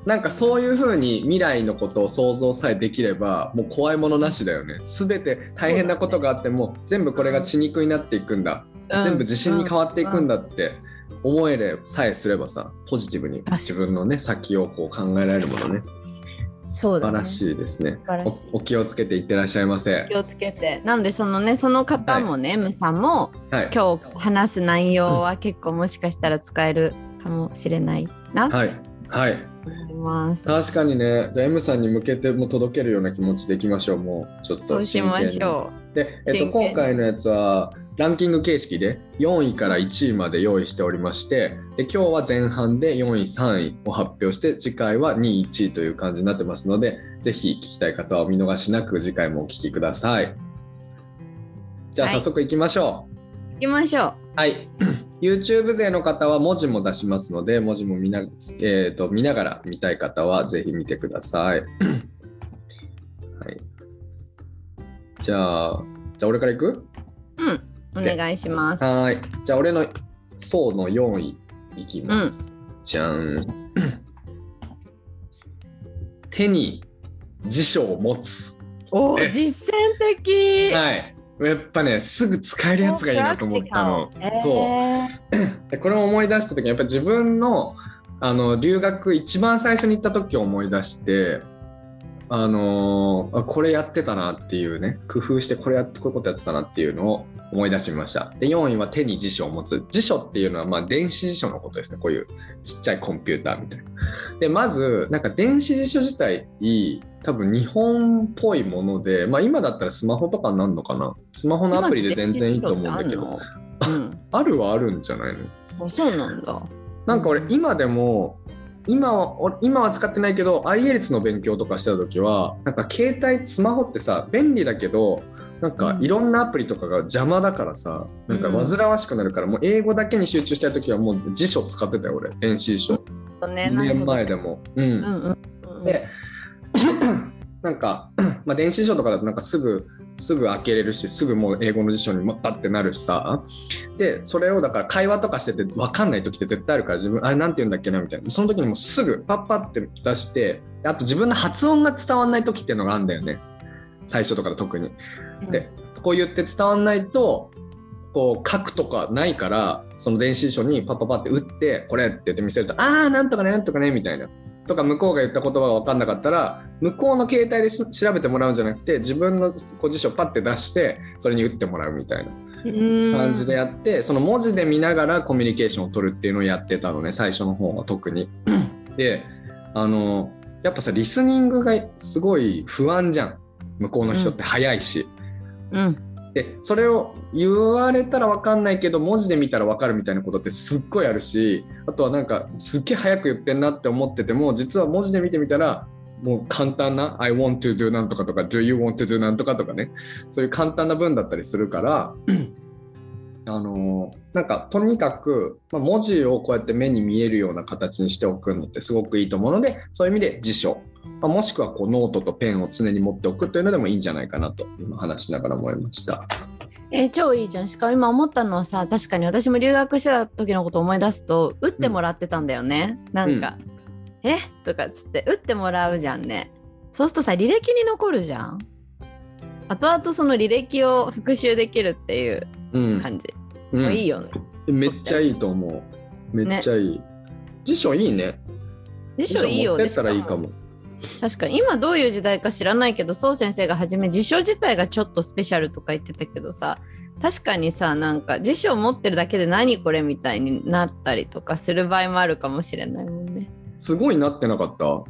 [SPEAKER 1] なんかそういう風に未来のことを想像さえできればもう怖いものなしだよね。すべて大変なことがあっても、全部これが血肉になっていくんだ、
[SPEAKER 2] うん
[SPEAKER 1] 全部自信に変わっていくんだって思えれさえすればさポジティブに
[SPEAKER 2] かに
[SPEAKER 1] 自分のね先をこう考えられるものね
[SPEAKER 2] そうだね
[SPEAKER 1] 素晴らしいですね
[SPEAKER 2] 晴らしい
[SPEAKER 1] おお気をつけていってらっしゃいませ
[SPEAKER 2] 気。をつけてなのでそのねその方もね、M さんも
[SPEAKER 1] はい
[SPEAKER 2] 今日話す内容は結構もしかしたら使えるかもしれないなと
[SPEAKER 1] はいはい
[SPEAKER 2] 思います。
[SPEAKER 1] 確かにねじゃあ M さんに向けても届けるような気持ちでいきましょうもうちょっと
[SPEAKER 2] そうしましょ
[SPEAKER 1] うで、えっと、
[SPEAKER 2] 真剣に
[SPEAKER 1] 今回のやつはランキング形式で4位から1位まで用意しておりましてで今日は前半で4位3位を発表して次回は2位1位という感じになってますのでぜひ聞きたい方はお見逃しなく次回もお聞きくださいじゃあ
[SPEAKER 2] はい
[SPEAKER 1] 早速いきましょう、
[SPEAKER 2] う。行きましょう。 (laughs)
[SPEAKER 1] はい、YouTube 勢の方は文字も出しますので文字も見な,、えー、と見ながら見たい方はぜひ見てください。はい、じゃあじゃあ俺からいく
[SPEAKER 2] うん、お願いします。
[SPEAKER 1] はーいじゃあ俺の層の4位いきます。じゃん手に辞書を持つ。
[SPEAKER 2] おお、
[SPEAKER 1] です
[SPEAKER 2] 実践的。
[SPEAKER 1] はいやっぱねすぐ使えるやつがいいなと思ったの。そう
[SPEAKER 2] え
[SPEAKER 1] でこれを思い出した時にやっぱり自分のあの留学一番最初に行った時を思い出して、あのーあこれやってたなっていうね工夫してこれやってこういうことやってたなっていうのを思い出してみましたで4位は手に辞書を持つ辞書っていうのはまあ電子辞書のことですねこういうちっちゃいコンピューターみたいなでまずなんか電子辞書自体多分日本っぽいもので、まあ、今だったらスマホとかになるのかなスマホのアプリで全然いいと思うんだけど。
[SPEAKER 2] 今ってテキストって
[SPEAKER 1] あるはあるんじゃないの
[SPEAKER 2] あんのうん、あそうなんだ。
[SPEAKER 1] なんか俺
[SPEAKER 2] うん
[SPEAKER 1] 今でも今は俺今は使ってないけど IELTS の勉強とかしてた時はなんか携帯スマホってさ便利だけどなんか
[SPEAKER 2] うん
[SPEAKER 1] いろんなアプリとかが邪魔だからさ、
[SPEAKER 2] うん
[SPEAKER 1] なんか煩わしくなるからもう英語だけに集中したい時はもう辞書使ってたよ俺電子辞書
[SPEAKER 2] そうね、
[SPEAKER 1] 2年前で
[SPEAKER 2] も。
[SPEAKER 1] も。うん
[SPEAKER 2] うんうんうん。
[SPEAKER 1] で (coughs) なんか、 (coughs) まあ、電子辞書とかだとなんかすぐすぐ開けれるしすぐもう英語の辞書にもパッてなるしさでそれをだから会話とかしてて分かんない時って絶対あるから自分あれなんて言うんだっけなみたいなその時にもうすぐパッパって出してあと自分の発音が伝わんない時っていうのがあるんだよね最初とかで特に。
[SPEAKER 2] うん
[SPEAKER 1] でこう言って伝わんないとこう書くとかないからその電子辞書にパッパッパって打ってこれって言って見せると「ああなんとかねなんとかね」みたいな。とか向こうが言った言葉が分かんなかったら向こうの携帯です調べてもらうんじゃなくて自分のこう辞書パッて出してそれに打ってもらうみたいな感じでやってその文字で見ながらコミュニケーションを取るっていうのをやってたのね最初の方は特に。 (clears throat) であのやっぱさリスニングがすごい不安じゃん向こうの人って早いし。
[SPEAKER 2] うん
[SPEAKER 1] でそれを言われたら分かんないけど文字で見たら分かるみたいなことってすっごいあるしあとはなんかすっげえ早く言ってんなって思ってても実は文字で見てみたらもう簡単な「I want to do なんとか」とか「Do you want to do なんとか」とかねそういう簡単な文だったりするから (clears throat) あのーなんかとにかく、まあ、文字をこうやって目に見えるような形にしておくのってすごくいいと思うのでそういう意味で辞書、まあ、もしくはこうノートとペンを常に持っておくというのでもいいんじゃないかなと今話しながら思いました。
[SPEAKER 2] えー超いいじゃんしかも今思ったのはさ確かに私も留学してた時のこと思い出すと打ってもらってたんだよね、なんか「えとかっつって打ってもらうじゃんねそうするとさ履歴に残るじゃん後々その履歴を復習できるっていう
[SPEAKER 1] うん
[SPEAKER 2] 感
[SPEAKER 1] う
[SPEAKER 2] じ、
[SPEAKER 1] ん
[SPEAKER 2] もういいよね
[SPEAKER 1] めっちゃいいと思う。めっちゃいい。辞書いいね。
[SPEAKER 2] 辞書いいよ
[SPEAKER 1] 辞持
[SPEAKER 2] ね
[SPEAKER 1] ってったらいいかも。
[SPEAKER 2] 確かに今どういう時代か知らないけど宋先生がはじめ辞書自体がちょっとスペシャルとか言ってたけどさ確かにさなんか辞書を持ってるだけで何これみたいになったりとかする場合もあるかもしれないもんね。
[SPEAKER 1] すごいなってなかった。こ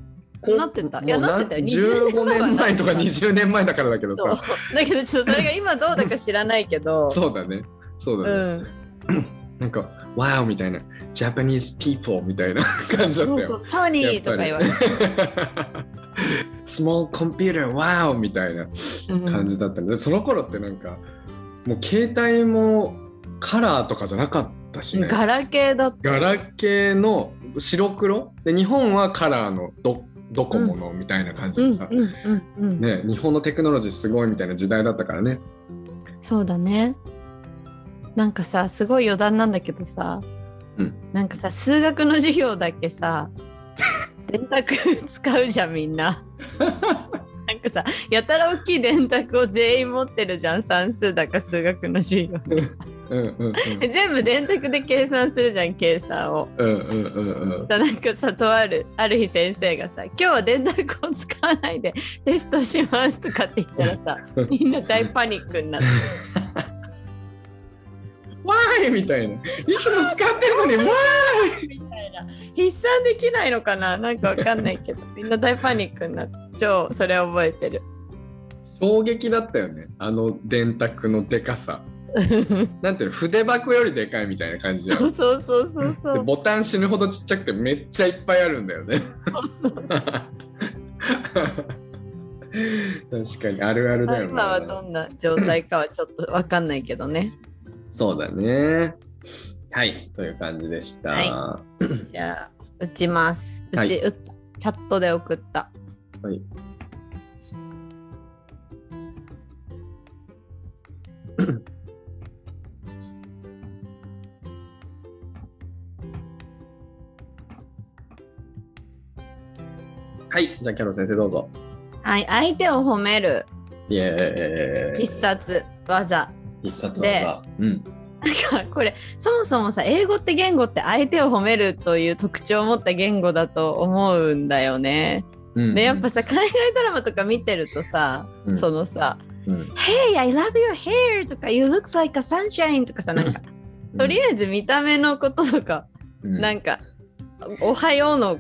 [SPEAKER 1] う
[SPEAKER 2] なってたい
[SPEAKER 1] も
[SPEAKER 2] や
[SPEAKER 1] う
[SPEAKER 2] な
[SPEAKER 1] な
[SPEAKER 2] ってたよ
[SPEAKER 1] 15年前とか20年前だからだけど
[SPEAKER 2] そう
[SPEAKER 1] さ。
[SPEAKER 2] だけどちょっとそれが今どうだか知らないけ
[SPEAKER 1] (laughs)
[SPEAKER 2] ど。
[SPEAKER 1] そうだね。そうだ
[SPEAKER 2] う
[SPEAKER 1] ね。
[SPEAKER 2] ん、
[SPEAKER 1] なんか、Wow! みたいな、Japanese people みたいな (laughs) 感じだった
[SPEAKER 2] そうそ
[SPEAKER 1] よ。
[SPEAKER 2] うソニーとか言われて、
[SPEAKER 1] (laughs) Small computer, wow! みたいな感じだったので、その頃ってなんか、もう携帯もカラーとかじゃなかったし
[SPEAKER 2] う
[SPEAKER 1] ね
[SPEAKER 2] ん。ガラケーだった
[SPEAKER 1] ガラケーの白黒で日本はカラーのドドコモのみたいな感じ
[SPEAKER 2] うん
[SPEAKER 1] で
[SPEAKER 2] う
[SPEAKER 1] さ、
[SPEAKER 2] んうんうん、
[SPEAKER 1] ね、日本のテクノロジーすごいみたいな時代だったからね。
[SPEAKER 2] そうだねなんかさすごい余談なんだけどさ、
[SPEAKER 1] うん
[SPEAKER 2] なんかさ数学の授業だ
[SPEAKER 1] (laughs)
[SPEAKER 2] けさ電卓使うじゃんみんななんかさやたら大きい電卓を全員持ってるじゃん算数だか数学の授業
[SPEAKER 1] うんうん
[SPEAKER 2] (laughs) え全部電卓で計算するじゃん計算を
[SPEAKER 1] うんうんうんうんうん
[SPEAKER 2] さなんかさとあるある日先生がさ「今日は電卓を使わないでテストします」とかって言ったら
[SPEAKER 1] (laughs)
[SPEAKER 2] さみんな大パニックになって
[SPEAKER 1] Why? みたいな。いつも使ってるのに Why?
[SPEAKER 2] みたいな筆算できないのかななんかわかんないけど (laughs) みんな大パニックになって超それ覚え
[SPEAKER 1] (laughs)
[SPEAKER 2] てる
[SPEAKER 1] 衝撃だったよね。あの電卓のでかさ。なんていうの筆箱よりでかいみたいな感じじゃ
[SPEAKER 2] そ
[SPEAKER 1] ん
[SPEAKER 2] うそうそうそうそ
[SPEAKER 1] で
[SPEAKER 2] う
[SPEAKER 1] ボタン死ぬほどちっちゃくてめっちゃいっぱいあるんだよね。 (laughs) 確かにあるあるだよね。
[SPEAKER 2] 今はどんな状態かはちょっとわかんないけどね
[SPEAKER 1] そうだね。はい、という感じでした。
[SPEAKER 2] はい
[SPEAKER 1] は
[SPEAKER 2] じゃあ打ちます
[SPEAKER 1] は
[SPEAKER 2] う
[SPEAKER 1] い
[SPEAKER 2] ち、打ったチャットで送った
[SPEAKER 1] い。はい、じゃあキャロ先生どうぞ。
[SPEAKER 2] はい相手を褒める
[SPEAKER 1] イエーイ
[SPEAKER 2] 必殺技 (laughs)
[SPEAKER 1] 必殺技。うん。
[SPEAKER 2] かこれそもそもさ英語って言語って相手を褒めるという特徴を持った言語だと思うんだよね。
[SPEAKER 1] うん
[SPEAKER 2] でやっぱ、さ海外ドラマとか見てるとさ、
[SPEAKER 1] うん
[SPEAKER 2] そのさ
[SPEAKER 1] うん
[SPEAKER 2] 「Hey I love your hair」とか「You look like a sunshine」とかさなんかとりあえず見た目のこととか、
[SPEAKER 1] うん
[SPEAKER 2] なんか「おはよう」の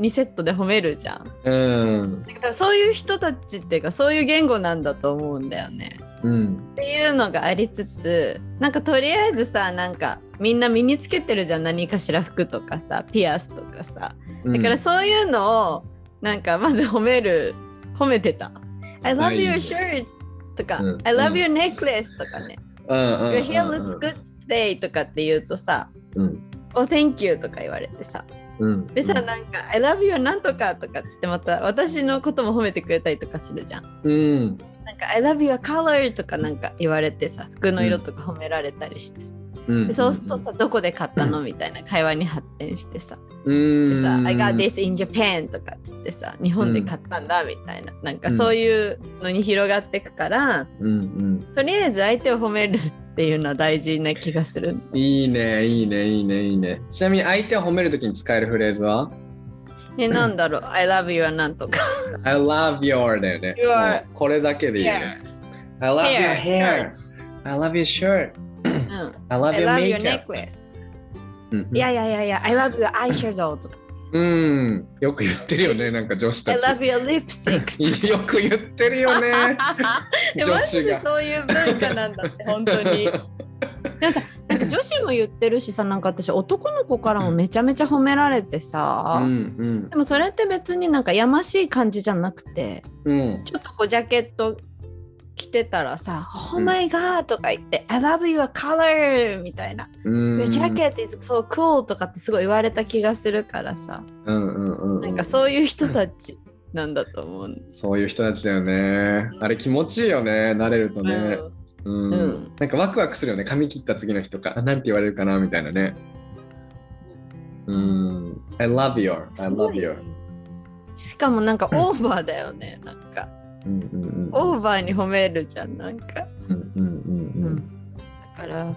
[SPEAKER 2] 2セットで褒めるじゃん。
[SPEAKER 1] うん、
[SPEAKER 2] だからそういう人たちっていうかそういう言語なんだと思うんだよね。
[SPEAKER 1] うん、
[SPEAKER 2] っていうのがありつつなんかとりあえずさなんかみんな身につけてるじゃん何かしら服とかさピアスとかさだからそういうのをなんかまず褒める褒めてた「I
[SPEAKER 1] は
[SPEAKER 2] love
[SPEAKER 1] い
[SPEAKER 2] your shirts」とか「
[SPEAKER 1] うん
[SPEAKER 2] I love your necklace」とかね
[SPEAKER 1] うん
[SPEAKER 2] 「
[SPEAKER 1] うん、
[SPEAKER 2] Your hair looks good today」とかって言うとさ
[SPEAKER 1] うん、
[SPEAKER 2] 「Oh thank you」とか言われてさ
[SPEAKER 1] うん、
[SPEAKER 2] でさなんか「I love you なんとか」とかっつってまた私のことも褒めてくれたりとかするじゃん。
[SPEAKER 1] うん、
[SPEAKER 2] なんか「I love your color」とかなんか言われてさ服の色とか褒められたりしてさ、
[SPEAKER 1] うん、
[SPEAKER 2] でそうするとさ「どこで買ったの?」みたいな会話に発展してさ
[SPEAKER 1] う
[SPEAKER 2] 「
[SPEAKER 1] ん、
[SPEAKER 2] でさ I got this in Japan」とかっつってさ「日本で買ったんだ」みたいななんかそういうのに広がってくから、
[SPEAKER 1] うん、
[SPEAKER 2] とりあえず相手を褒めるっていうのは大事な気がする。
[SPEAKER 1] いいね、いいね、いいね、いいね。ちなみに相手を褒めるときに使えるフレーズは
[SPEAKER 2] え、なんだろう ?I love you はなんとか。
[SPEAKER 1] I love your だよね。
[SPEAKER 2] Your
[SPEAKER 1] もうこれだけでいいね。I love your hair.
[SPEAKER 2] Hair.
[SPEAKER 1] I love your shirt.
[SPEAKER 2] うん
[SPEAKER 1] I love
[SPEAKER 2] I love
[SPEAKER 1] your
[SPEAKER 2] your
[SPEAKER 1] makeup.
[SPEAKER 2] necklace.
[SPEAKER 1] うん
[SPEAKER 2] いやいやいやいや、I love your eyeshadow とか。
[SPEAKER 1] うん。よく言ってるよ (laughs) ね、なんか女子
[SPEAKER 2] I
[SPEAKER 1] た
[SPEAKER 2] love
[SPEAKER 1] ち。
[SPEAKER 2] your
[SPEAKER 1] (laughs)
[SPEAKER 2] lipsticks.
[SPEAKER 1] よく言ってるよ (laughs) ね。女子
[SPEAKER 2] でマジで
[SPEAKER 1] が。
[SPEAKER 2] そういう文化なんだって本当になんか女子も言ってるしさなんか私男の子からもめちゃめちゃ褒められ
[SPEAKER 1] (laughs)
[SPEAKER 2] て
[SPEAKER 1] う
[SPEAKER 2] さ、
[SPEAKER 1] ん
[SPEAKER 2] でもそれって別になんかやましい感じじゃなくて
[SPEAKER 1] うんうん
[SPEAKER 2] ちょっとこうジャケット着てたらさ「Oh my god」とか言って「I love your color」みたいな
[SPEAKER 1] う
[SPEAKER 2] 「
[SPEAKER 1] ん
[SPEAKER 2] Your jacket is so cool」とかってすごい言われた気がするからさ
[SPEAKER 1] うんうんうんうん
[SPEAKER 2] なんかそういう人たちなんだと思う
[SPEAKER 1] そういう人たちだよね。あれ気持ちいいよね、慣れるとね。うん
[SPEAKER 2] うん
[SPEAKER 1] なんかワクワクするよね、髪切った次の日とか、あなんて言われるかなみたいなね。うん。I love your.
[SPEAKER 2] す
[SPEAKER 1] I
[SPEAKER 2] ご
[SPEAKER 1] love
[SPEAKER 2] い
[SPEAKER 1] your.
[SPEAKER 2] しかもなんかオーバーだよねなんか。
[SPEAKER 1] うんうんうん
[SPEAKER 2] オーバーに褒めるじゃんなんか
[SPEAKER 1] うんうんうんうん
[SPEAKER 2] だから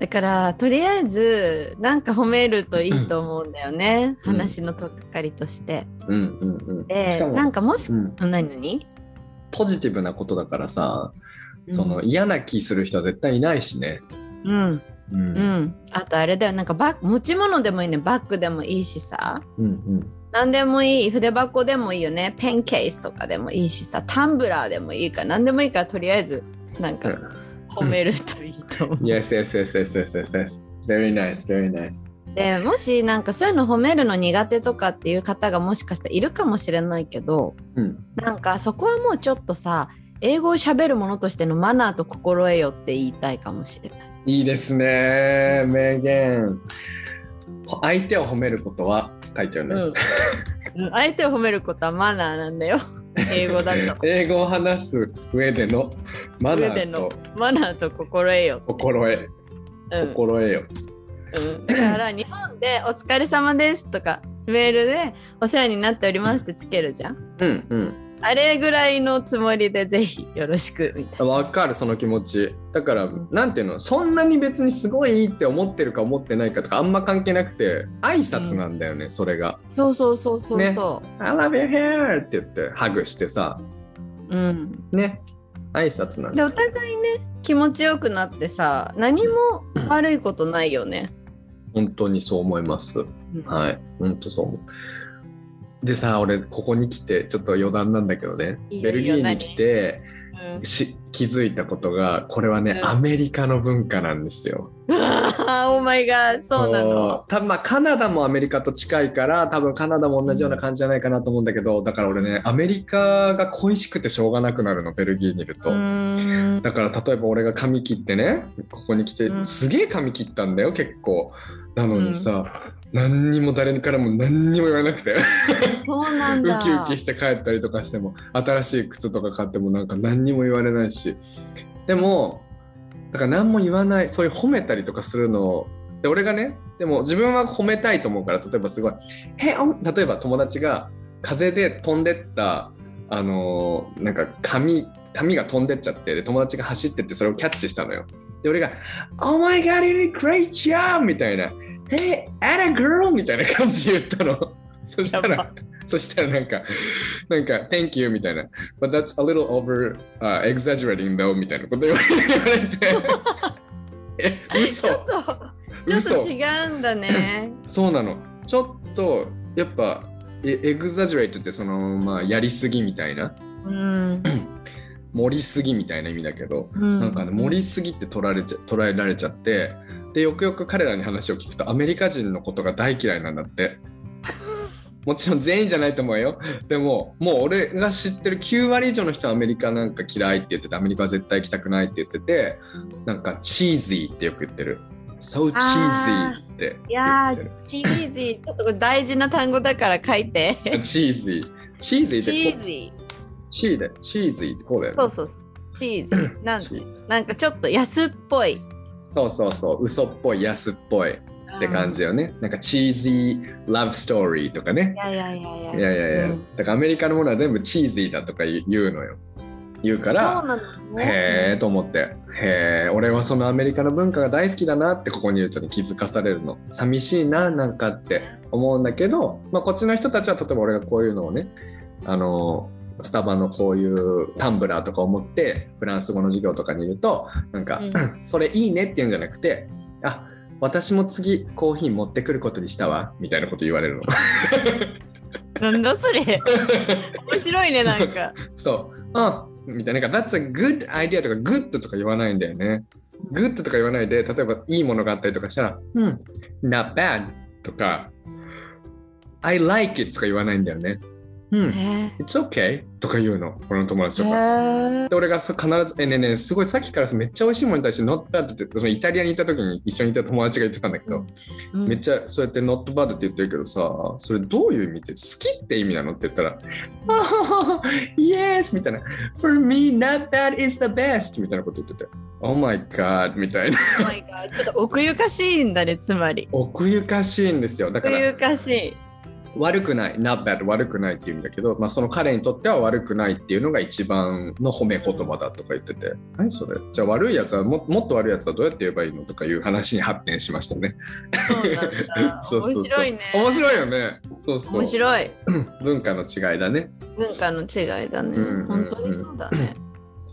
[SPEAKER 2] だからとりあえずなんか褒めるといいと思うんだよね、
[SPEAKER 1] うん
[SPEAKER 2] 話のとっかかりとして、
[SPEAKER 1] うんうんうん。し
[SPEAKER 2] で
[SPEAKER 1] かも
[SPEAKER 2] なんかもし、
[SPEAKER 1] うん
[SPEAKER 2] 何何
[SPEAKER 1] ポジティブなことだからさ、その嫌な気する人は絶対いないしね。
[SPEAKER 2] うん
[SPEAKER 1] う
[SPEAKER 2] うん、
[SPEAKER 1] ん
[SPEAKER 2] あとあれだよなんかバッグ持ち物でもいいねバッグでもいいしさ
[SPEAKER 1] うんうん
[SPEAKER 2] 何でもいい筆箱でもいいよねペンケースとかでもいいしさタンブラーでもいいから何でもいいからとりあえずなんか褒めるといいと思う
[SPEAKER 1] Yes, yes, yes, yes, yes, yes, yes. Very nice, very nice.
[SPEAKER 2] でもしなんかそういうの褒めるの苦手とかっていう方がもしかしたらいるかもしれないけど
[SPEAKER 1] うん。
[SPEAKER 2] なんかそこはもうちょっとさ英語を喋るものとしてのマナーと心得よって言いたいかもしれない。
[SPEAKER 1] いいですね。名言。相手を褒めることは書いちゃうね。
[SPEAKER 2] うん、相手を褒めることはマナーなんだよ英語だ (laughs) と。
[SPEAKER 1] 英語を話す上でのマナ
[SPEAKER 2] 上で
[SPEAKER 1] ー
[SPEAKER 2] の
[SPEAKER 1] と
[SPEAKER 2] マナーと心得よ。
[SPEAKER 1] 心得、
[SPEAKER 2] うんうん、
[SPEAKER 1] 心得よ。
[SPEAKER 2] だから日本で「お疲れ様です」とかメールで「お世話になっております」ってつけるじゃん。
[SPEAKER 1] うんうん。
[SPEAKER 2] あれぐらいのつもりでぜひよろしくみたいな。
[SPEAKER 1] わかるその気持ち。だからなんていうのそんなに別にすごいいいって思ってるか思ってないかとかあんま関係なくて挨拶なんだよね、それが。
[SPEAKER 2] そうそうそうそうそ
[SPEAKER 1] I love your hair って言ってハグしてさ
[SPEAKER 2] う。うん
[SPEAKER 1] ね挨拶なん
[SPEAKER 2] で
[SPEAKER 1] で
[SPEAKER 2] お
[SPEAKER 1] すよ。
[SPEAKER 2] 互いね気持ちよくなってさ何も悪いことないよね。
[SPEAKER 1] 本当にそう思います。
[SPEAKER 2] (laughs)
[SPEAKER 1] はい本当そう思う。でさ俺ここに来てちょっと余談なんだけどね
[SPEAKER 2] いいよ
[SPEAKER 1] ベルギー
[SPEAKER 2] いいよ
[SPEAKER 1] に
[SPEAKER 2] 何
[SPEAKER 1] 来て。
[SPEAKER 2] うん
[SPEAKER 1] し気づいたことがこれはね、
[SPEAKER 2] うん
[SPEAKER 1] アメリカの文化なんですよ。
[SPEAKER 2] あー、オーマイガーそうなの。
[SPEAKER 1] こう多分まあカナダもアメリカと近いから多分カナダも同じような感じじゃないかなと思うんだけどだから俺ねアメリカが恋しくてしょうがなくなるのベルギーにいると。
[SPEAKER 2] うーん
[SPEAKER 1] だから例えば俺が髪切ってねここに来て、
[SPEAKER 2] うん
[SPEAKER 1] すげえ髪切ったんだよ結構なのにさ、何にも誰からも何にも言われなくて
[SPEAKER 2] そうなん
[SPEAKER 1] ウ
[SPEAKER 2] だ。
[SPEAKER 1] キウキして帰ったりとかしても新しい靴とか買ってもなんか何にも言われないしでもだから何も言わないそういう褒めたりとかするのをで俺がねでも自分は褒めたいと思うから例えばすごい「へお例えば友達が風で飛んでったあのーなんか紙紙が飛んでっちゃってで友達が走ってってそれをキャッチしたのよで俺が「Oh my god you did a great job!」みたいな「Hey at a girl!」みたいな感じで言ったの (laughs) そしたら
[SPEAKER 2] やば
[SPEAKER 1] そしたらなんか、なんか、Thank you みたいな、But that's a little over、uh, exaggerating though みたいなこと言われ言われて、え、
[SPEAKER 2] ちょっ
[SPEAKER 1] 嘘
[SPEAKER 2] とちょっと違うんだね。
[SPEAKER 1] そうなの。ちょっと、やっぱ、え exaggerate ってその、まあ、やりすぎみたいな、
[SPEAKER 2] うん。
[SPEAKER 1] 盛りすぎみたいな意味だけど、
[SPEAKER 2] な
[SPEAKER 1] なんかね、盛りすぎって取られちゃ捉えられちゃって、で、よくよく彼らに話を聞くと、アメリカ人のことが大嫌いなんだ (laughs) って。もちろん全員じゃないと思うよ。でも、もう俺が知ってる9割以上の人はアメリカなんか嫌いって言ってて、アメリカは絶対行きたくないって言ってて、なんか、チーズーってよく言ってる。So cheesy って
[SPEAKER 2] い
[SPEAKER 1] 言
[SPEAKER 2] や
[SPEAKER 1] ってる。
[SPEAKER 2] ー、チーズィーちょっとこれ大事な単語だから書いて。
[SPEAKER 1] チーズー。チーズ
[SPEAKER 2] チ
[SPEAKER 1] ーって
[SPEAKER 2] ー
[SPEAKER 1] こ
[SPEAKER 2] ズィー
[SPEAKER 1] チーで、チーズーってこうだよね。
[SPEAKER 2] そうそう。チーズィーなん
[SPEAKER 1] チー
[SPEAKER 2] なんかちょっと安っぽい。
[SPEAKER 1] そうそうそう、嘘っぽい、安っぽい。って感じだよね。なんか、チーズーラブストーリーとかね
[SPEAKER 2] い。やいやいやいや。
[SPEAKER 1] いやいやいや、
[SPEAKER 2] うん
[SPEAKER 1] だからアメリカのものは全部チーズーだとか言う言うのよ。言うか
[SPEAKER 2] そう
[SPEAKER 1] ら、
[SPEAKER 2] なの
[SPEAKER 1] へえと思って。へえ俺はそのアメリカの文化が大好きだなってここにいる人に気づかされるの寂しいななんかって思うんだけど、まあ、こっちの人たちは例えば俺がこういうのをねあのスタバのこういうタンブラーとかを持ってフランス語の授業とかにいるとなんか、
[SPEAKER 2] うん
[SPEAKER 1] それいいねって言うんじゃなくてあ私も次コーヒー持ってくることにしたわみたいなこと言われるの (laughs)
[SPEAKER 2] なんだそれ面白いねな
[SPEAKER 1] (laughs)
[SPEAKER 2] んか
[SPEAKER 1] そううんみたいななんか「That's a good idea」とか「good」とか言わないんだよねグッドとか言わないで例えばいいものがあったりとかしたら「うん not bad」とか「I like it」とか言わないんだよね「うん
[SPEAKER 2] へえ
[SPEAKER 1] it's okay」とか言うの俺の友達とか。
[SPEAKER 2] へえ
[SPEAKER 1] で俺がそう必ず「えねえねえすごいさっきからさめっちゃ美味しいものに対して「not bad」ってそのイタリアにいた時に一緒にいた友達が言ってたんだけど、
[SPEAKER 2] うん
[SPEAKER 1] めっちゃそうやって「not bad」って言ってるけどさそれどういう意味って好きって意味なのって言ったら (laughs) 「oh, yes」みたいな「for me not bad is the best」みたいなこと言ってて「oh my god」みたいな
[SPEAKER 2] Oh my god ちょっと奥ゆかしいんだねつまり
[SPEAKER 1] 奥ゆかしいんですよだか
[SPEAKER 2] 奥
[SPEAKER 1] ら
[SPEAKER 2] ゆかしい
[SPEAKER 1] 悪くない「not bad」悪くないって言うんだけど、まあ、その彼にとっては悪くないっていうのが一番の褒め言葉だとか言ってて「何それじゃあ悪いやつはももっと悪いやつはどうやって言えばいいの?」とかいう話に発展しましたね。
[SPEAKER 2] そうなんだ
[SPEAKER 1] そうそうそう
[SPEAKER 2] 面白いね
[SPEAKER 1] 面白いよね。そうそう
[SPEAKER 2] 面白い
[SPEAKER 1] 文化の違いだね。
[SPEAKER 2] 文化の違いだね、
[SPEAKER 1] うんうんうん
[SPEAKER 2] 本当にそうだね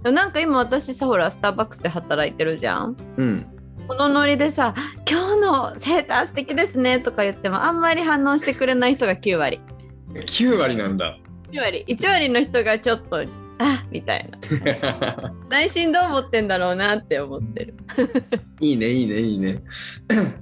[SPEAKER 2] でもなんか今私さほらスターバックスで働いてるじゃん
[SPEAKER 1] うん
[SPEAKER 2] このノリでさ「今日のセーター素敵ですね」とか言ってもあんまり反応してくれない人が9割
[SPEAKER 1] 9割なんだ。
[SPEAKER 2] 9割1割の人がちょっと「あみたいな内心どう思ってんだろうなって思ってる
[SPEAKER 1] (laughs) いいねいいねいいね。 (coughs)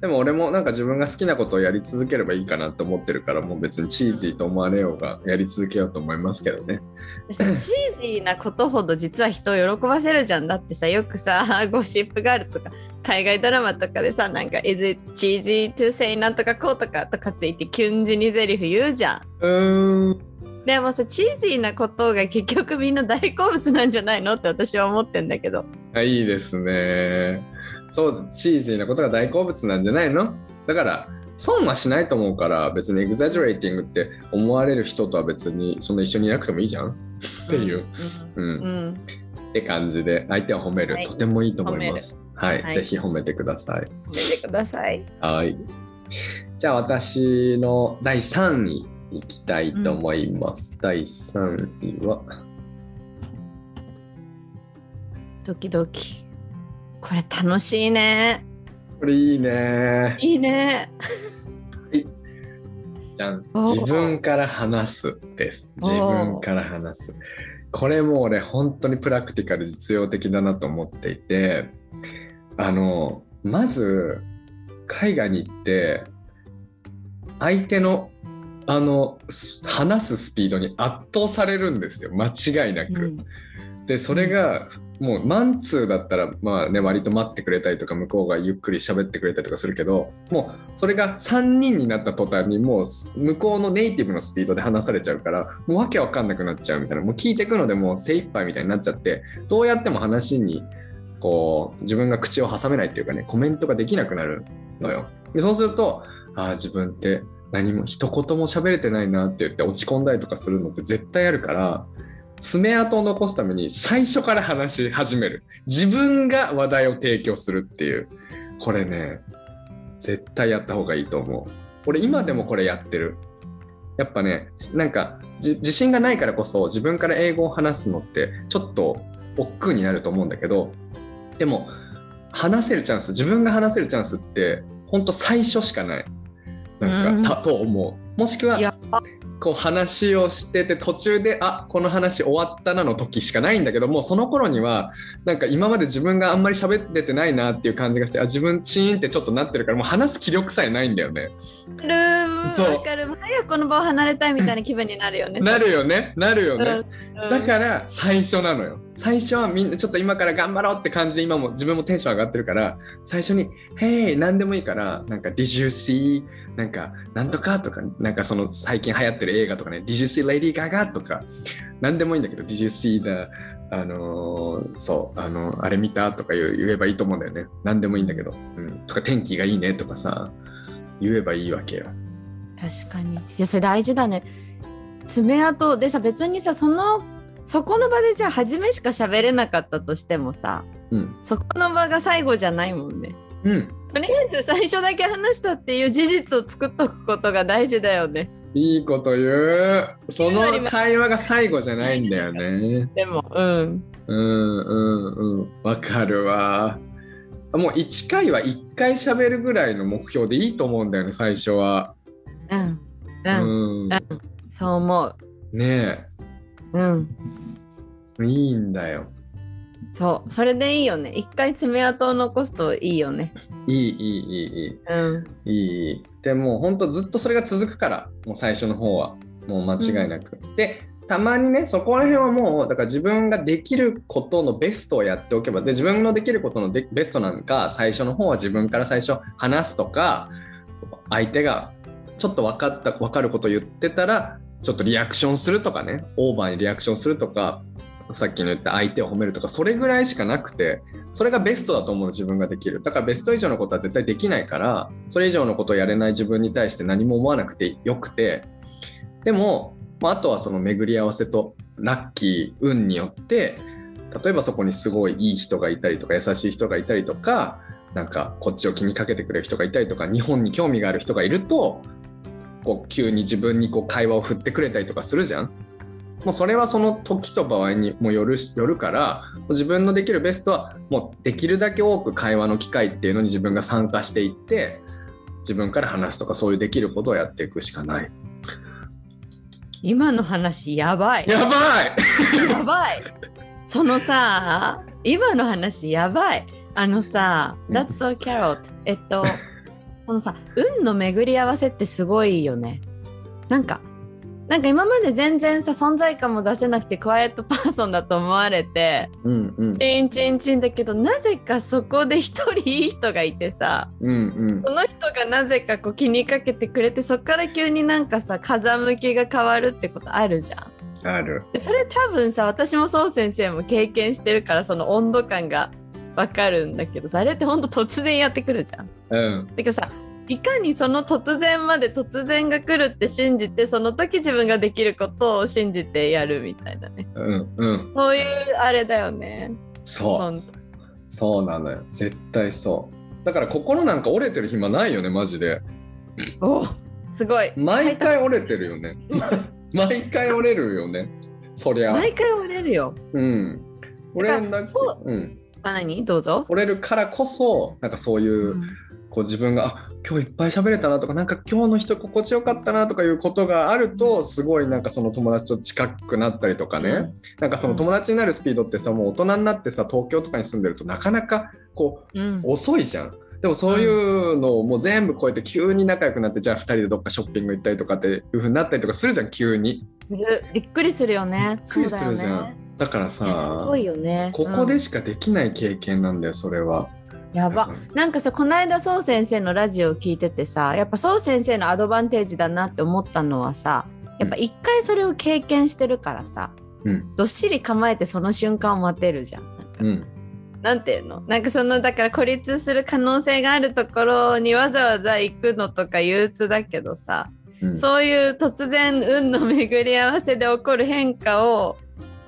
[SPEAKER 1] でも俺もなんか自分が好きなことをやり続ければいいかなと思ってるからもう別にチーズーと思われようがやり続けようと思いますけどね。
[SPEAKER 2] そしてチーズィーなことほど実は人を喜ばせるじゃんだってさよくさ (laughs) ゴシップガールとか海外ドラマとかでさなんか「Is it cheesy to say なんとかこうとか」とかって言ってキュンジにゼリフ言うじゃん
[SPEAKER 1] うーん
[SPEAKER 2] でもさチーズィーなことが結局みんな大好物なんじゃないのって私は思ってんだけど
[SPEAKER 1] あいいですね。そうチーズーなことが大好物なんじゃないのだから損はしないと思うから別にエグザジュレーティングって思われる人とは別にそんな一緒にいなくてもいいじゃんっていう。うん
[SPEAKER 2] うん、うん
[SPEAKER 1] って感じで相手を褒める、
[SPEAKER 2] はい
[SPEAKER 1] とてもいいと思います。はい、
[SPEAKER 2] はい
[SPEAKER 1] ぜひ褒めてください。
[SPEAKER 2] 見てください
[SPEAKER 1] はい。じゃあ私の第3位いきたいと思います。第3位は
[SPEAKER 2] ドキドキこれ楽しいね
[SPEAKER 1] これいいね。
[SPEAKER 2] いいね
[SPEAKER 1] じゃん。
[SPEAKER 2] おー
[SPEAKER 1] 自分から話すです。
[SPEAKER 2] おー
[SPEAKER 1] 自分から話す。これも俺本当にプラクティカル実用的だなと思っていて、あのまず海外に行って相手のあのす話すスピードに圧倒されるんですよ間違いなく。
[SPEAKER 2] うん
[SPEAKER 1] でそれがもうマンツーだったらまあね割と待ってくれたりとか向こうがゆっくり喋ってくれたりとかするけどもうそれが3人になった途端にもう向こうのネイティブのスピードで話されちゃうからもうわけわかんなくなっちゃうみたいなもう聞いてくのでもう精一杯みたいになっちゃってどうやっても話にこう自分が口を挟めないっていうかねコメントができなくなるのよ。でそうするとああ自分って何も一言も喋れてないなって言って落ち込んだりとかするのって絶対あるから爪痕を残すために最初から話し始める自分が話題を提供するっていうこれね絶対やった方がいいと思う俺今でもこれやってるやっぱねなんかじ自信がないからこそ自分から英語を話すのってちょっと億劫になると思うんだけどでも話せるチャンス自分が話せるチャンスってほんと最初しかないなんか、
[SPEAKER 2] う
[SPEAKER 1] だと思うもしくはい
[SPEAKER 2] や
[SPEAKER 1] こう話をしてて途中で「あこの話終わったな」の時しかないんだけどもうその頃にはなんか今まで自分があんまり喋れてないなっていう感じがしてあ自分チーンってちょっとなってるからもう話す気力さえないんだよね。
[SPEAKER 2] わかる
[SPEAKER 1] そう
[SPEAKER 2] わかる早くこの場を離れたいみたいな気分になるよね
[SPEAKER 1] なるよねなるよね。
[SPEAKER 2] うん
[SPEAKER 1] だから最初なのよ最初はみんなちょっと今から頑張ろうって感じで今も自分もテンション上がってるから最初に「Hey 何でもいいからなんか Did you see なんかなんとか」とかなんかその最近流行ってる映画とかね「Did you see Lady Gaga」とか何でもいいんだけど「Did you see the あのーそうあのあれ見た?」とか言う言えばいいと思うんだよね何でもいいんだけど、うん、とか「天気がいいね」とかさ言えばいいわけよ。
[SPEAKER 2] 確かにいやそれ大事だね爪痕でさ別にさそのそこの場でじゃあ初めしか喋れなかったとしてもさ
[SPEAKER 1] うん。
[SPEAKER 2] そこの場が最後じゃないもんね
[SPEAKER 1] うん。
[SPEAKER 2] とりあえず最初だけ話したっていう事実を作っとくことが大事だよね
[SPEAKER 1] いいこと言う。その会話が最後じゃないんだよね。
[SPEAKER 2] でもうん
[SPEAKER 1] うんうんうん。わかるわ。もう1回は1回喋るぐらいの目標でいいと思うんだよね、最初は。
[SPEAKER 2] うんう、
[SPEAKER 1] うんん。ね
[SPEAKER 2] そう思う
[SPEAKER 1] え。
[SPEAKER 2] うん
[SPEAKER 1] いいんだよ。
[SPEAKER 2] そうそれでいいよね一回爪痕を残すといいよね
[SPEAKER 1] いいいいいいいい。
[SPEAKER 2] うん
[SPEAKER 1] いいでもうほんとずっとそれが続くからもう最初の方はもう間違いなく、でたまにねそこら辺はもうだから自分ができることのベストをやっておけばで自分のできることのでベストなんか最初の方は自分から最初話すとか相手がちょっと分かった分かることを言ってたらちょっとリアクションするとかねオーバーにリアクションするとかさっきの言った相手を褒めるとかそれぐらいしかなくてそれがベストだと思う自分ができるだからベスト以上のことは絶対できないからそれ以上のことをやれない自分に対して何も思わなくてよくてでも、まあ、あとはその巡り合わせとラッキー運によって例えばそこにすごいいい人がいたりとか優しい人がいたりとかなんかこっちを気にかけてくれる人がいたりとか日本に興味がある人がいるとこう急に自分にこう会話を振ってくれたりとかするじゃん。もうそれはその時と場合にもよるしよるから自分のできるベストはもうできるだけ多く会話の機会っていうのに自分が参加していって自分から話すとかそういうできることをやっていくしかない。
[SPEAKER 2] 今の話やばい
[SPEAKER 1] やばい
[SPEAKER 2] やばいそのさ今の話やばいあのさ「
[SPEAKER 1] うん
[SPEAKER 2] That's so carrot」えっとそのさ運の巡り合わせってすごいよねなんかなんか今まで全然さ存在感も出せなくてクワイエットパーソンだと思われて
[SPEAKER 1] うんうん
[SPEAKER 2] チンチンチンだけどなぜかそこで一人いい人がいてさ
[SPEAKER 1] うん
[SPEAKER 2] その人がなぜかこう気にかけてくれてそっから急になんかさ風向きが変わるってことあるじゃん。
[SPEAKER 1] うんある
[SPEAKER 2] でそれ多分さ私もそう先生も経験してるからその温度感がわかるんだけどさあれってほんと突然やってくるじゃん。だ
[SPEAKER 1] うん
[SPEAKER 2] けどさいかにその突然まで突然が来るって信じてその時自分ができることを信じてやるみたいなね
[SPEAKER 1] うんうん
[SPEAKER 2] そういうあれだよね
[SPEAKER 1] そ
[SPEAKER 2] ほ
[SPEAKER 1] うん
[SPEAKER 2] と
[SPEAKER 1] そうなのよ絶対そうだから心なんか折れてる暇ないよねマジで
[SPEAKER 2] おすごい
[SPEAKER 1] 毎回折れてるよね毎回折れるよねそりゃ
[SPEAKER 2] 毎回折れるよ
[SPEAKER 1] うん折れるんだけ
[SPEAKER 2] そ
[SPEAKER 1] ど、
[SPEAKER 2] う
[SPEAKER 1] うん、
[SPEAKER 2] あ何どうぞ、
[SPEAKER 1] 折れるからこそなんかそういう、こう自分があ今日いっぱい喋れたなとかなんか今日の人心地よかったなとかいうことがあるとすごいなんかその友達と近くなったりとかね、
[SPEAKER 2] うん
[SPEAKER 1] なんかその友達になるスピードってさもう大人になってさ東京とかに住んでるとなかなかこ
[SPEAKER 2] うん
[SPEAKER 1] う遅いじゃん。でもそういうのをもう全部超えて急に仲良くなってじゃあ2人でどっかショッピング行ったりとかっていう風になったりとかするじゃん急に
[SPEAKER 2] するびっくりするよね
[SPEAKER 1] びっくりするじゃん
[SPEAKER 2] そうだよね
[SPEAKER 1] だから
[SPEAKER 2] い
[SPEAKER 1] さ
[SPEAKER 2] やすごいよね
[SPEAKER 1] ここ
[SPEAKER 2] う
[SPEAKER 1] で
[SPEAKER 2] ん
[SPEAKER 1] しかできない経験なんだよそれは。
[SPEAKER 2] やばなんかさこの間そう先生のラジオを聞いててさやっぱそう先生のアドバンテージだなって思ったのはさやっぱ一回それを経験してるからさ、
[SPEAKER 1] うん
[SPEAKER 2] どっしり構えてその瞬間を待てるじゃん。なんか
[SPEAKER 1] うん
[SPEAKER 2] なんていうのなんかそのだから孤立する可能性があるところにわざわざ行くのとか憂鬱だけどさ、
[SPEAKER 1] うん、
[SPEAKER 2] そういう突然運の巡り合わせで起こる変化を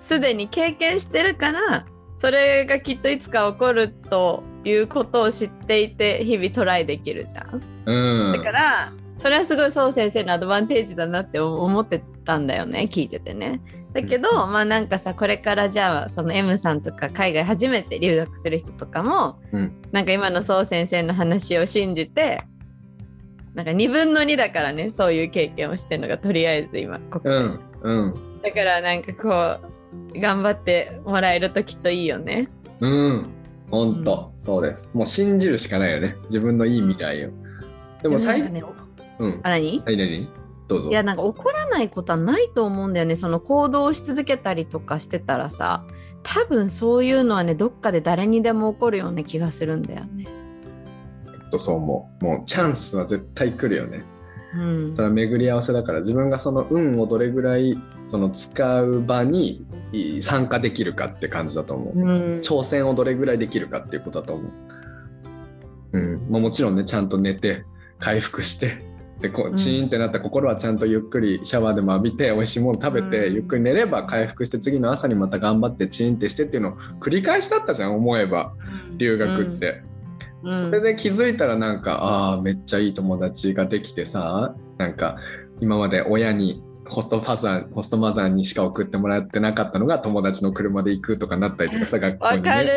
[SPEAKER 2] すでに経験してるからそれがきっといつか起こるということを知っていて日々トライできるじゃん。
[SPEAKER 1] うん
[SPEAKER 2] だからそれはすごいそう先生のアドバンテージだなって思ってたんだよね聞いててね。だけど、まあなんかさこれからじゃあその M さんとか海外初めて留学する人とかも、
[SPEAKER 1] うん
[SPEAKER 2] なんか今のそう先生の話を信じてなんか2分の2だからねそういう経験をしてるのがとりあえず今ここ、
[SPEAKER 1] うんうん
[SPEAKER 2] だからなんかこう頑張ってもらえるときっといいよね。
[SPEAKER 1] うん、ほんと、そうです。もう信じるしかないよね、自分のいい未来を。で
[SPEAKER 2] で
[SPEAKER 1] も最
[SPEAKER 2] なんか
[SPEAKER 1] 近、
[SPEAKER 2] ね、
[SPEAKER 1] うん、
[SPEAKER 2] あ何
[SPEAKER 1] はい、何どうぞ。
[SPEAKER 2] いやなんか怒らないことはないと思うんだよねその行動をし続けたりとかしてたらさ多分そういうのはねどっかで誰にでも起こるような気がするんだよね。
[SPEAKER 1] ほんとそう思う。もうチャンスは絶対来るよね。
[SPEAKER 2] うん、
[SPEAKER 1] それは巡り合わせだから、自分がその運をどれぐらいその使う場にい参加できるかって感じだと思う。
[SPEAKER 2] うん
[SPEAKER 1] 挑戦をどれぐらいできるかっていうことだと思う。うんまあ、もちろんね、ちゃんと寝て、回復して、でこうチーンってなった心はちゃんとゆっくりシャワーでも浴びて美味しいもの食べて、
[SPEAKER 2] うん
[SPEAKER 1] ゆっくり寝れば回復して次の朝にまた頑張ってチーンってしてっていうのを繰り返しだったじゃん思えば留学って、
[SPEAKER 2] うん
[SPEAKER 1] それで気づいたらなんかあーめっちゃいい友達ができてさなんか今まで親にホストファザーホストマザーにしか送ってもらってなかったのが友達の車で行くとかなったりとかさ学校
[SPEAKER 2] わ
[SPEAKER 1] に、ね、
[SPEAKER 2] かる。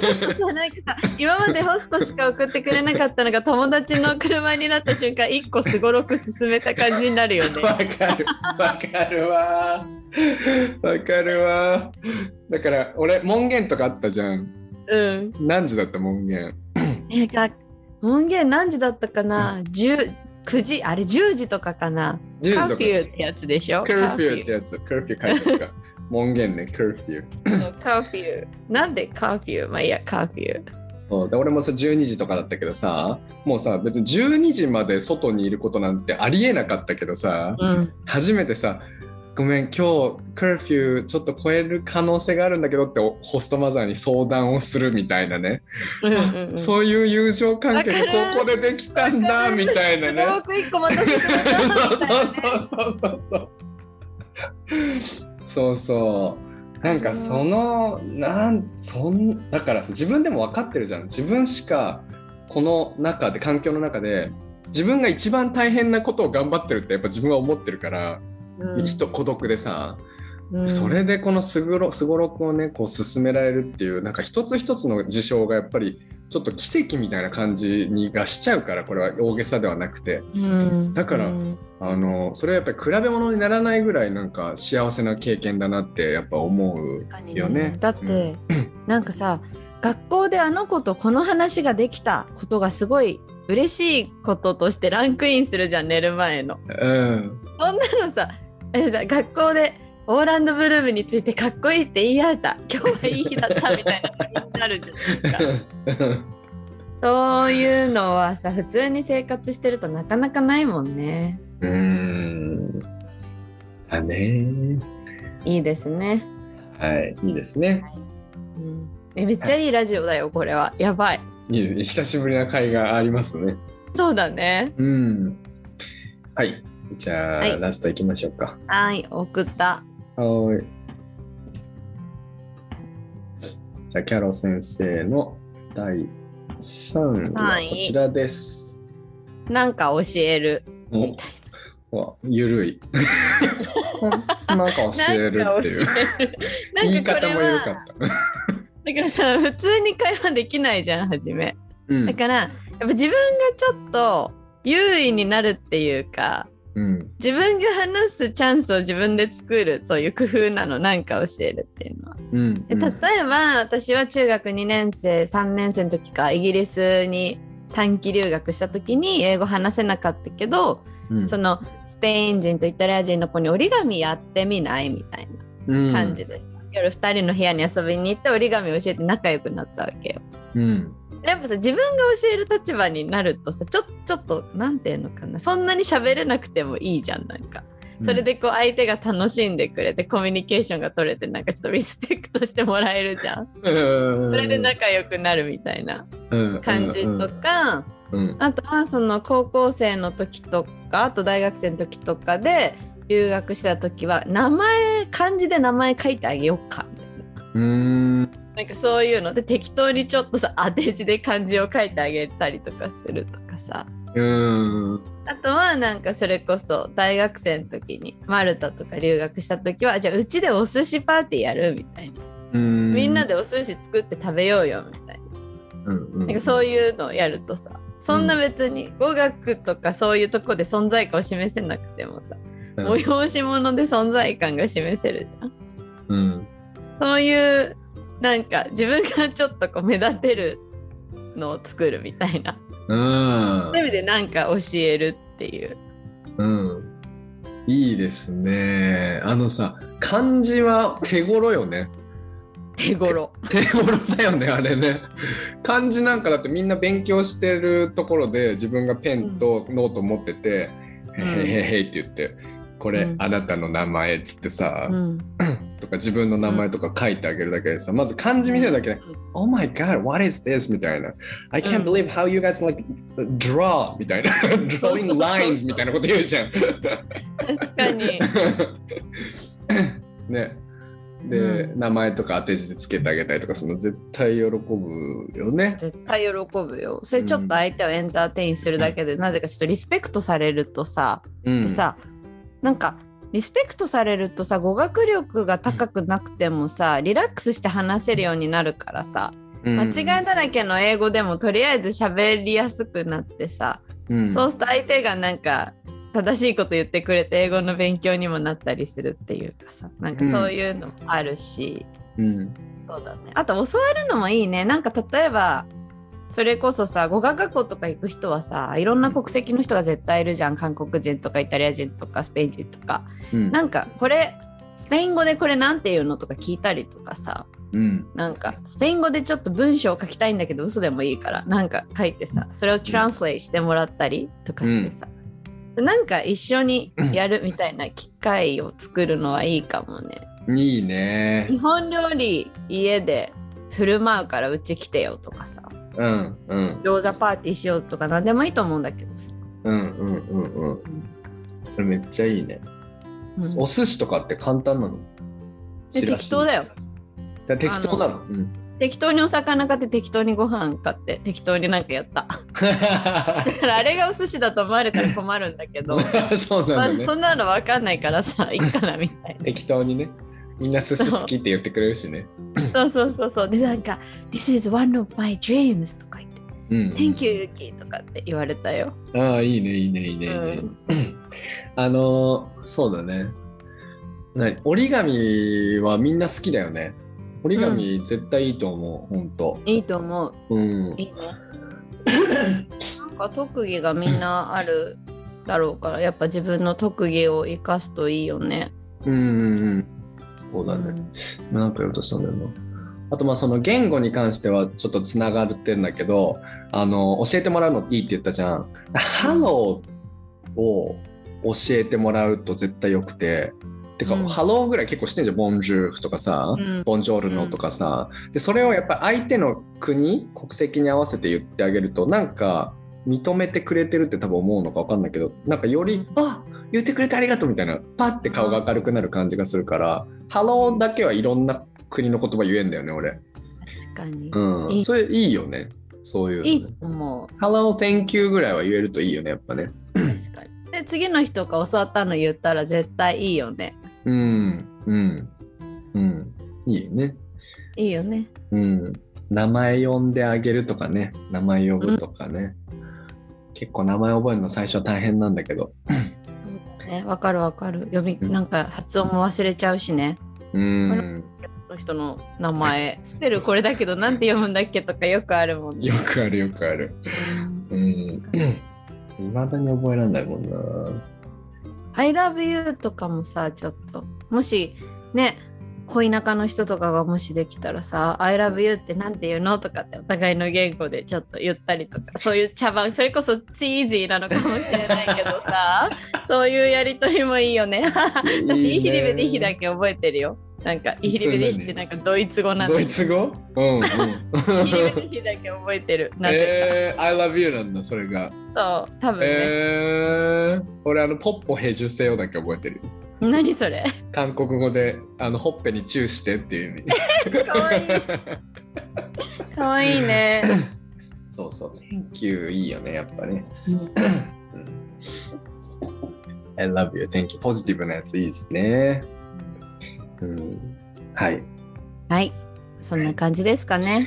[SPEAKER 2] ちょっとさなんかさ今までホストしか送ってくれなかったのが友達の車になった瞬間一個すごろく進めた感じになるよね。
[SPEAKER 1] (laughs) わかるわかるわわかるわだから俺門限とかあったじゃん
[SPEAKER 2] うん。
[SPEAKER 1] 何時だった門限
[SPEAKER 2] えが門限何時だったかな10 9時あれ10時とかかな
[SPEAKER 1] 10時
[SPEAKER 2] カー
[SPEAKER 1] と
[SPEAKER 2] フ
[SPEAKER 1] か
[SPEAKER 2] ューってやつでしょ
[SPEAKER 1] カーフューってやつカーフュー書いてあるから門限ねカーフュー
[SPEAKER 2] カーフューそうカーフューなんでカーフューまあいいやカーフュー
[SPEAKER 1] そうで俺もさ12時とかだったけどさもうさ別に12時まで外にいることなんてありえなかったけどさ
[SPEAKER 2] うん
[SPEAKER 1] 初めてさごめん今日カーフューちょっと超える可能性があるんだけどってホストマザーに相談をするみたいなね
[SPEAKER 2] うんうんうん
[SPEAKER 1] そういう友情関係
[SPEAKER 2] わかる
[SPEAKER 1] がここでできたんだみたいなね
[SPEAKER 2] す。ごく一個また進めたみたいなね
[SPEAKER 1] そうそうそうそうそうそうなんかそのなんそんだからさ自分でも分かってるじゃん自分しかこの中で環境の中で自分が一番大変なことを頑張ってるってやっぱ自分は思ってるから、
[SPEAKER 2] うん
[SPEAKER 1] 人孤独でさ、
[SPEAKER 2] うん
[SPEAKER 1] それでこのすごろすごろくをねこう進められるっていうなんか一つ一つの事象がやっぱりちょっと奇跡みたいな感じにがしちゃうからこれは大げさではなくて
[SPEAKER 2] うん
[SPEAKER 1] だから
[SPEAKER 2] うん
[SPEAKER 1] あのそれはやっぱり比べ物にならないぐらいなんか幸せな経験だなってやっぱ思う。
[SPEAKER 2] 確かに
[SPEAKER 1] よね
[SPEAKER 2] だって、なんかさ学校であの子とこの話ができたことがすごい嬉しいこととしてランクインするじゃん寝る前の。 (laughs)
[SPEAKER 1] うん、
[SPEAKER 2] そんなのさえさ学校でオーランドブルームについてかっこいいって言い合えた今日はいい日だったみたいな感じになるじゃんなんかそういうのはさ普通に生活してるとなかなかないもんね
[SPEAKER 1] うーんだね
[SPEAKER 2] いいですね、
[SPEAKER 1] はいいいですね
[SPEAKER 2] うん、えめっちゃいいラジオだよこれはやばい
[SPEAKER 1] いい久しぶりな会がありますね。
[SPEAKER 2] そうだね
[SPEAKER 1] うんはいじゃあ、
[SPEAKER 2] はい
[SPEAKER 1] ラストいきましょうか。
[SPEAKER 2] はい送った
[SPEAKER 1] はーい。じゃあ、キャロ先生の第3位は
[SPEAKER 2] はい
[SPEAKER 1] こちらです。
[SPEAKER 2] なんか教える
[SPEAKER 1] おわゆる
[SPEAKER 2] (laughs)
[SPEAKER 1] い。なんか教えるっていう。 (laughs) 言
[SPEAKER 2] なん
[SPEAKER 1] い
[SPEAKER 2] かこ
[SPEAKER 1] 方
[SPEAKER 2] れ
[SPEAKER 1] も
[SPEAKER 2] は
[SPEAKER 1] 緩かった。
[SPEAKER 2] だからさ普通に会話できないじゃん初め
[SPEAKER 1] うん
[SPEAKER 2] だからやっぱ自分がちょっと優位になるっていうか
[SPEAKER 1] うん、
[SPEAKER 2] 自分が話すチャンスを自分で作るという工夫なのなんか教えるっていうのは。
[SPEAKER 1] うん、
[SPEAKER 2] で例えば私は中学2年生3年生の時かイギリスに短期留学した時に英語話せなかったけど
[SPEAKER 1] うん
[SPEAKER 2] そのスペイン人とイタリア人の子に折り紙やってみないみたいな。感じ。です。夜2人の部屋に遊びに行って折り紙を教えて仲良くなったわけよ。
[SPEAKER 1] うん、
[SPEAKER 2] やっぱさ自分が教える立場になるとさちょちょっとなんていうのかなそんなに喋れなくてもいいじゃんなんか。
[SPEAKER 1] うん
[SPEAKER 2] それ、でこう相手が楽しんでくれてコミュニケーションが取れてなんかちょっとリスペクトしてもらえるじゃん。
[SPEAKER 1] そ
[SPEAKER 2] それで仲良くなるみたいな感じとか。
[SPEAKER 1] うん
[SPEAKER 2] あとはその高校生の時とかあと大学生の時とかで留学した時は名前漢字で名前書いてあげようかみたいな
[SPEAKER 1] うん、
[SPEAKER 2] なんかそういうので適当にちょっとさ当て字で漢字を書いてあげたりとかするとかさ
[SPEAKER 1] うん、
[SPEAKER 2] あとはなんかそれこそ大学生の時にマルタとか留学した時はじゃあうちでお寿司パーティーやるみたいな
[SPEAKER 1] うん、
[SPEAKER 2] みんなでお寿司作って食べようよみたいな
[SPEAKER 1] うん、
[SPEAKER 2] なんかそう
[SPEAKER 1] い
[SPEAKER 2] いうのをやるとさそんな別に語学とかそういうとこで存在感を示せなくてもさ、
[SPEAKER 1] うん、
[SPEAKER 2] 催し物で存在感が示せるじゃん。
[SPEAKER 1] うん、
[SPEAKER 2] そういうなんか自分がちょっとこう目立てるのを作るみたいな
[SPEAKER 1] うん
[SPEAKER 2] そういう意味でなんか教えるっていう。
[SPEAKER 1] うん。いいですね。あのさ、漢字は手頃よ
[SPEAKER 2] (laughs)
[SPEAKER 1] ね。
[SPEAKER 2] 手頃
[SPEAKER 1] 手頃だよね、あれね。漢字なんかだってみんな勉強してるところで自分がペンとノート持ってて、
[SPEAKER 2] うん
[SPEAKER 1] へへへへいって言って、これ、
[SPEAKER 2] うん
[SPEAKER 1] あなたの名前っつってさ、
[SPEAKER 2] うん
[SPEAKER 1] とか自分の名前とか書いてあげるだけでさ、まず漢字見せるだけで、Oh my god, what is this? みたいな。I
[SPEAKER 2] う
[SPEAKER 1] can't
[SPEAKER 2] ん
[SPEAKER 1] believe how you guys like draw みた
[SPEAKER 2] (laughs)
[SPEAKER 1] いな。drawing (laughs) lines みたいなこと言うじゃん。
[SPEAKER 2] 確かに。
[SPEAKER 1] (laughs) ね。で、
[SPEAKER 2] う
[SPEAKER 1] 名前とか当て字でつけてあげたりとかするの絶対喜ぶよね。
[SPEAKER 2] 絶対喜ぶよ。それちょっと相手をエンターテインするだけで、なぜかちょっとリスペクトされるとさ、
[SPEAKER 1] うん、
[SPEAKER 2] でさなんかリスペクトされるとさ語学力が高くなくてもさリラックスして話せるようになるからさ、
[SPEAKER 1] うん
[SPEAKER 2] 間違いだらけの英語でもとりあえず喋りやすくなってさ、
[SPEAKER 1] うん
[SPEAKER 2] そうすると相手がなんか正しいこと言ってくれて英語の勉強にもなったりするっていうかさなんかそういうのもあるし。
[SPEAKER 1] うん
[SPEAKER 2] そうだね。あと教わるのもいいね。なんか例えばそれこそさ語学学校とか行く人はさいろんな国籍の人が絶対いるじゃん韓国人とかイタリア人とかスペイン人とか
[SPEAKER 1] うん
[SPEAKER 2] なんかこれスペイン語でこれなんて言うのとか聞いたりとかさ
[SPEAKER 1] うん
[SPEAKER 2] なんかスペイン語でちょっと文章を書きたいんだけど嘘でもいいからなんか書いてさそれをトランスレイしてもらったりとかしてさ、なんか一緒にやるみたいな機会を作るのはいいかもね。
[SPEAKER 1] いいね
[SPEAKER 2] 日。本料理家で振る舞うからうち来てよとかさ
[SPEAKER 1] うんうん
[SPEAKER 2] 餃子パーティーしようとか何でもいいと思うんだけどさ、
[SPEAKER 1] うんうんうんうん。めっちゃいいね。
[SPEAKER 2] うん
[SPEAKER 1] お寿司とかって簡単なの
[SPEAKER 2] え
[SPEAKER 1] チラシ
[SPEAKER 2] 適当だよ
[SPEAKER 1] だから適当なのうん
[SPEAKER 2] 適当にお魚買って適当にご飯買って適当になんかやっただからあれがお寿司だと思われたら困るんだけど、
[SPEAKER 1] そう
[SPEAKER 2] ま
[SPEAKER 1] な
[SPEAKER 2] あ
[SPEAKER 1] んだね (laughs)
[SPEAKER 2] そ。んなの分かんないから (laughs) さいっかなみたいな
[SPEAKER 1] 適当にね。みんな寿司好きって言ってくれるしね。
[SPEAKER 2] そうそうそうそうでなんか「This is one of my dreams」とか言って
[SPEAKER 1] うん
[SPEAKER 2] 「Thank you Yuki」とかって言われたよ
[SPEAKER 1] ああ、いいね、いいね、いいね、いいね。
[SPEAKER 2] う
[SPEAKER 1] (clears throat) あのー、そうだね。な折り紙はみんな好きだよね。折り紙絶対いいと思う、ほんと。
[SPEAKER 2] いいと思う
[SPEAKER 1] うん。
[SPEAKER 2] いいね。なんか特技がみんなあるだろうから、やっぱ自分の特技を生かすといいよね。
[SPEAKER 1] うんうんうん。そうだね。なんか言おうとしたんだよな。あとまあその言語に関してはちょっとつながってんだけどあの教えてもらうのいいって言ったじゃん。ハローを教えてもらうと絶対よくて。てか、
[SPEAKER 2] うん
[SPEAKER 1] ハローぐらい結構してんじゃんボンジューフとかさ、
[SPEAKER 2] うん
[SPEAKER 1] ボンジョールノとかさ、でそれをやっぱ相手の国国籍に合わせて言ってあげるとなんか認めてくれてるって多分思うのか分かんないけどなんかより「あ言ってくれてありがとう」みたいなパッて顔が明るくなる感じがするから「ハロー」だけはいろんな国の言葉言えんだよね俺。
[SPEAKER 2] 確かに。
[SPEAKER 1] うん、
[SPEAKER 2] いい
[SPEAKER 1] それいいよねそういう。
[SPEAKER 2] いいと思う。
[SPEAKER 1] ハロー、Thank you ぐらいは言えるといいよね、やっぱね。
[SPEAKER 2] 確かに。で、次の人が教わったの言ったら絶対いいよね。
[SPEAKER 1] うん、うん、うん。いいよね。
[SPEAKER 2] いいよね。
[SPEAKER 1] うん。名前呼んであげるとかね、名前呼ぶとかね。結構名前覚えるの最初は大変なんだけど。
[SPEAKER 2] ねわかるわかる。読み、
[SPEAKER 1] うん
[SPEAKER 2] なんか発音も忘れちゃうしね。
[SPEAKER 1] うん。
[SPEAKER 2] この人の
[SPEAKER 1] (laughs)
[SPEAKER 2] 名前、スペルこれだけどなんて読むんだっけとかよくあるもんね
[SPEAKER 1] よ。くあるよくある。
[SPEAKER 2] うん
[SPEAKER 1] うん。
[SPEAKER 2] 確か
[SPEAKER 1] いまだに覚えられないもんな。
[SPEAKER 2] I love you とかもさちょっともしね恋仲の人とかがもしできたらさ「I love you」ってなんて言うのとかってお互いの言語でちょっと言ったりとかそういう茶番それこそチーズーなのかもしれないけど
[SPEAKER 1] (laughs)
[SPEAKER 2] さそういうやりとりもいいよね私イヒリベディヒだけ覚えてるよなんかイヒリベディヒってなんかドイツ語なんだ
[SPEAKER 1] ド
[SPEAKER 2] け
[SPEAKER 1] イ
[SPEAKER 2] ど
[SPEAKER 1] ツ語うんうん。
[SPEAKER 2] (laughs) イヒリベディヒだけ覚えてるなぜ
[SPEAKER 1] えー、I love you なんだ、それが。
[SPEAKER 2] か、そう多分ね、
[SPEAKER 1] えー、俺、あの、ポッポヘジュセヨだけ覚えてる。
[SPEAKER 2] 何そ
[SPEAKER 1] (laughs)
[SPEAKER 2] れ
[SPEAKER 1] 韓国語で、あの、ほっぺにチューしてっていう
[SPEAKER 2] (laughs)
[SPEAKER 1] 意味。
[SPEAKER 2] かわいいかわいいね、
[SPEAKER 1] (laughs) そうそう。Thank you いいよね、やっぱね。I love you, thank you. ポジティブなやついいですね。うん。はい。
[SPEAKER 2] はい、そんな感じですかね。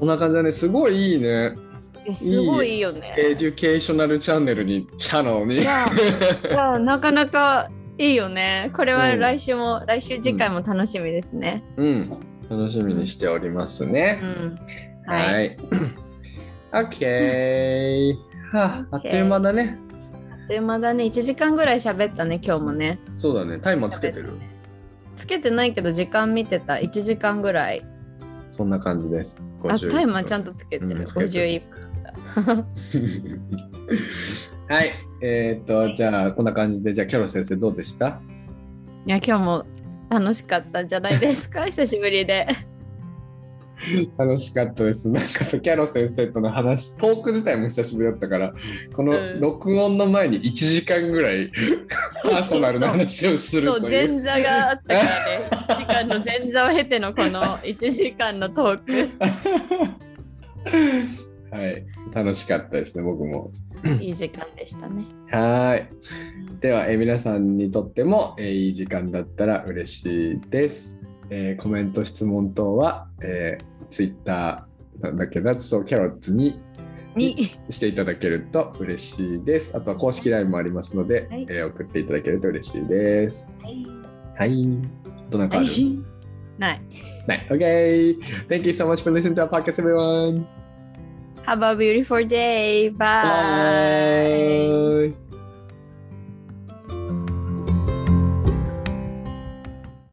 [SPEAKER 1] こんな感じだね。すごいいいね。
[SPEAKER 2] すごいいいよね。
[SPEAKER 1] エデュケーショナルチャンネルに、チャンネルに。
[SPEAKER 2] いや、いやなかなかいいよね。これは
[SPEAKER 1] うん
[SPEAKER 2] 来週も、来週次回も楽しみですね。
[SPEAKER 1] うん。楽しみにしておりますね。
[SPEAKER 2] うん。はい。 (laughs)
[SPEAKER 1] はい。OK。はあ、あっという間だね。
[SPEAKER 2] あっという間だね。1時間ぐらい喋ったね、今日もね。
[SPEAKER 1] そうだね。タイマーつけてる。
[SPEAKER 2] つけてないけど、時間見てた。1時間ぐらい。
[SPEAKER 1] そんな感じです。
[SPEAKER 2] あ、タイマーちゃ
[SPEAKER 1] ん
[SPEAKER 2] んとつけて
[SPEAKER 1] うん
[SPEAKER 2] る。
[SPEAKER 1] つけてる
[SPEAKER 2] 51分だ。
[SPEAKER 1] (laughs) はい。えーっと、じゃあ、こんな感じで、じゃあ、キャロル先生、どうでした
[SPEAKER 2] いや、今日も楽しかったんじゃないですか、久しぶりで。
[SPEAKER 1] 楽しかったです。なんかさ、キャロ先生との話、トーク自体も久しぶりだったから、こ
[SPEAKER 2] うん
[SPEAKER 1] の録音の前に1時間ぐら
[SPEAKER 2] (laughs)
[SPEAKER 1] い、パーソナルな話をする
[SPEAKER 2] そ
[SPEAKER 1] と
[SPEAKER 2] う、
[SPEAKER 1] いう。
[SPEAKER 2] 前座があったからね、1時間の前座を経てのこの1時間のトー
[SPEAKER 1] はい、楽しかったですね、僕も。
[SPEAKER 2] ク、いい時間でしたね。
[SPEAKER 1] はーい。では、えー皆さんにとっても、えーいい時間だったら嬉しいです。えーコメント、質問等は、えー、Twitter なんだっけ、ナッツとキャロッツに
[SPEAKER 2] に、
[SPEAKER 1] していただけると嬉しいです。あとは公式 LINE もありますので、
[SPEAKER 2] はい
[SPEAKER 1] えー送っていただけると嬉しいです。はい。あとなんかあ
[SPEAKER 2] は
[SPEAKER 1] る、
[SPEAKER 2] い (laughs) ない。
[SPEAKER 1] ない。OK! Thank you so much for listening to our podcast, everyone!
[SPEAKER 2] Have a beautiful day. Bye.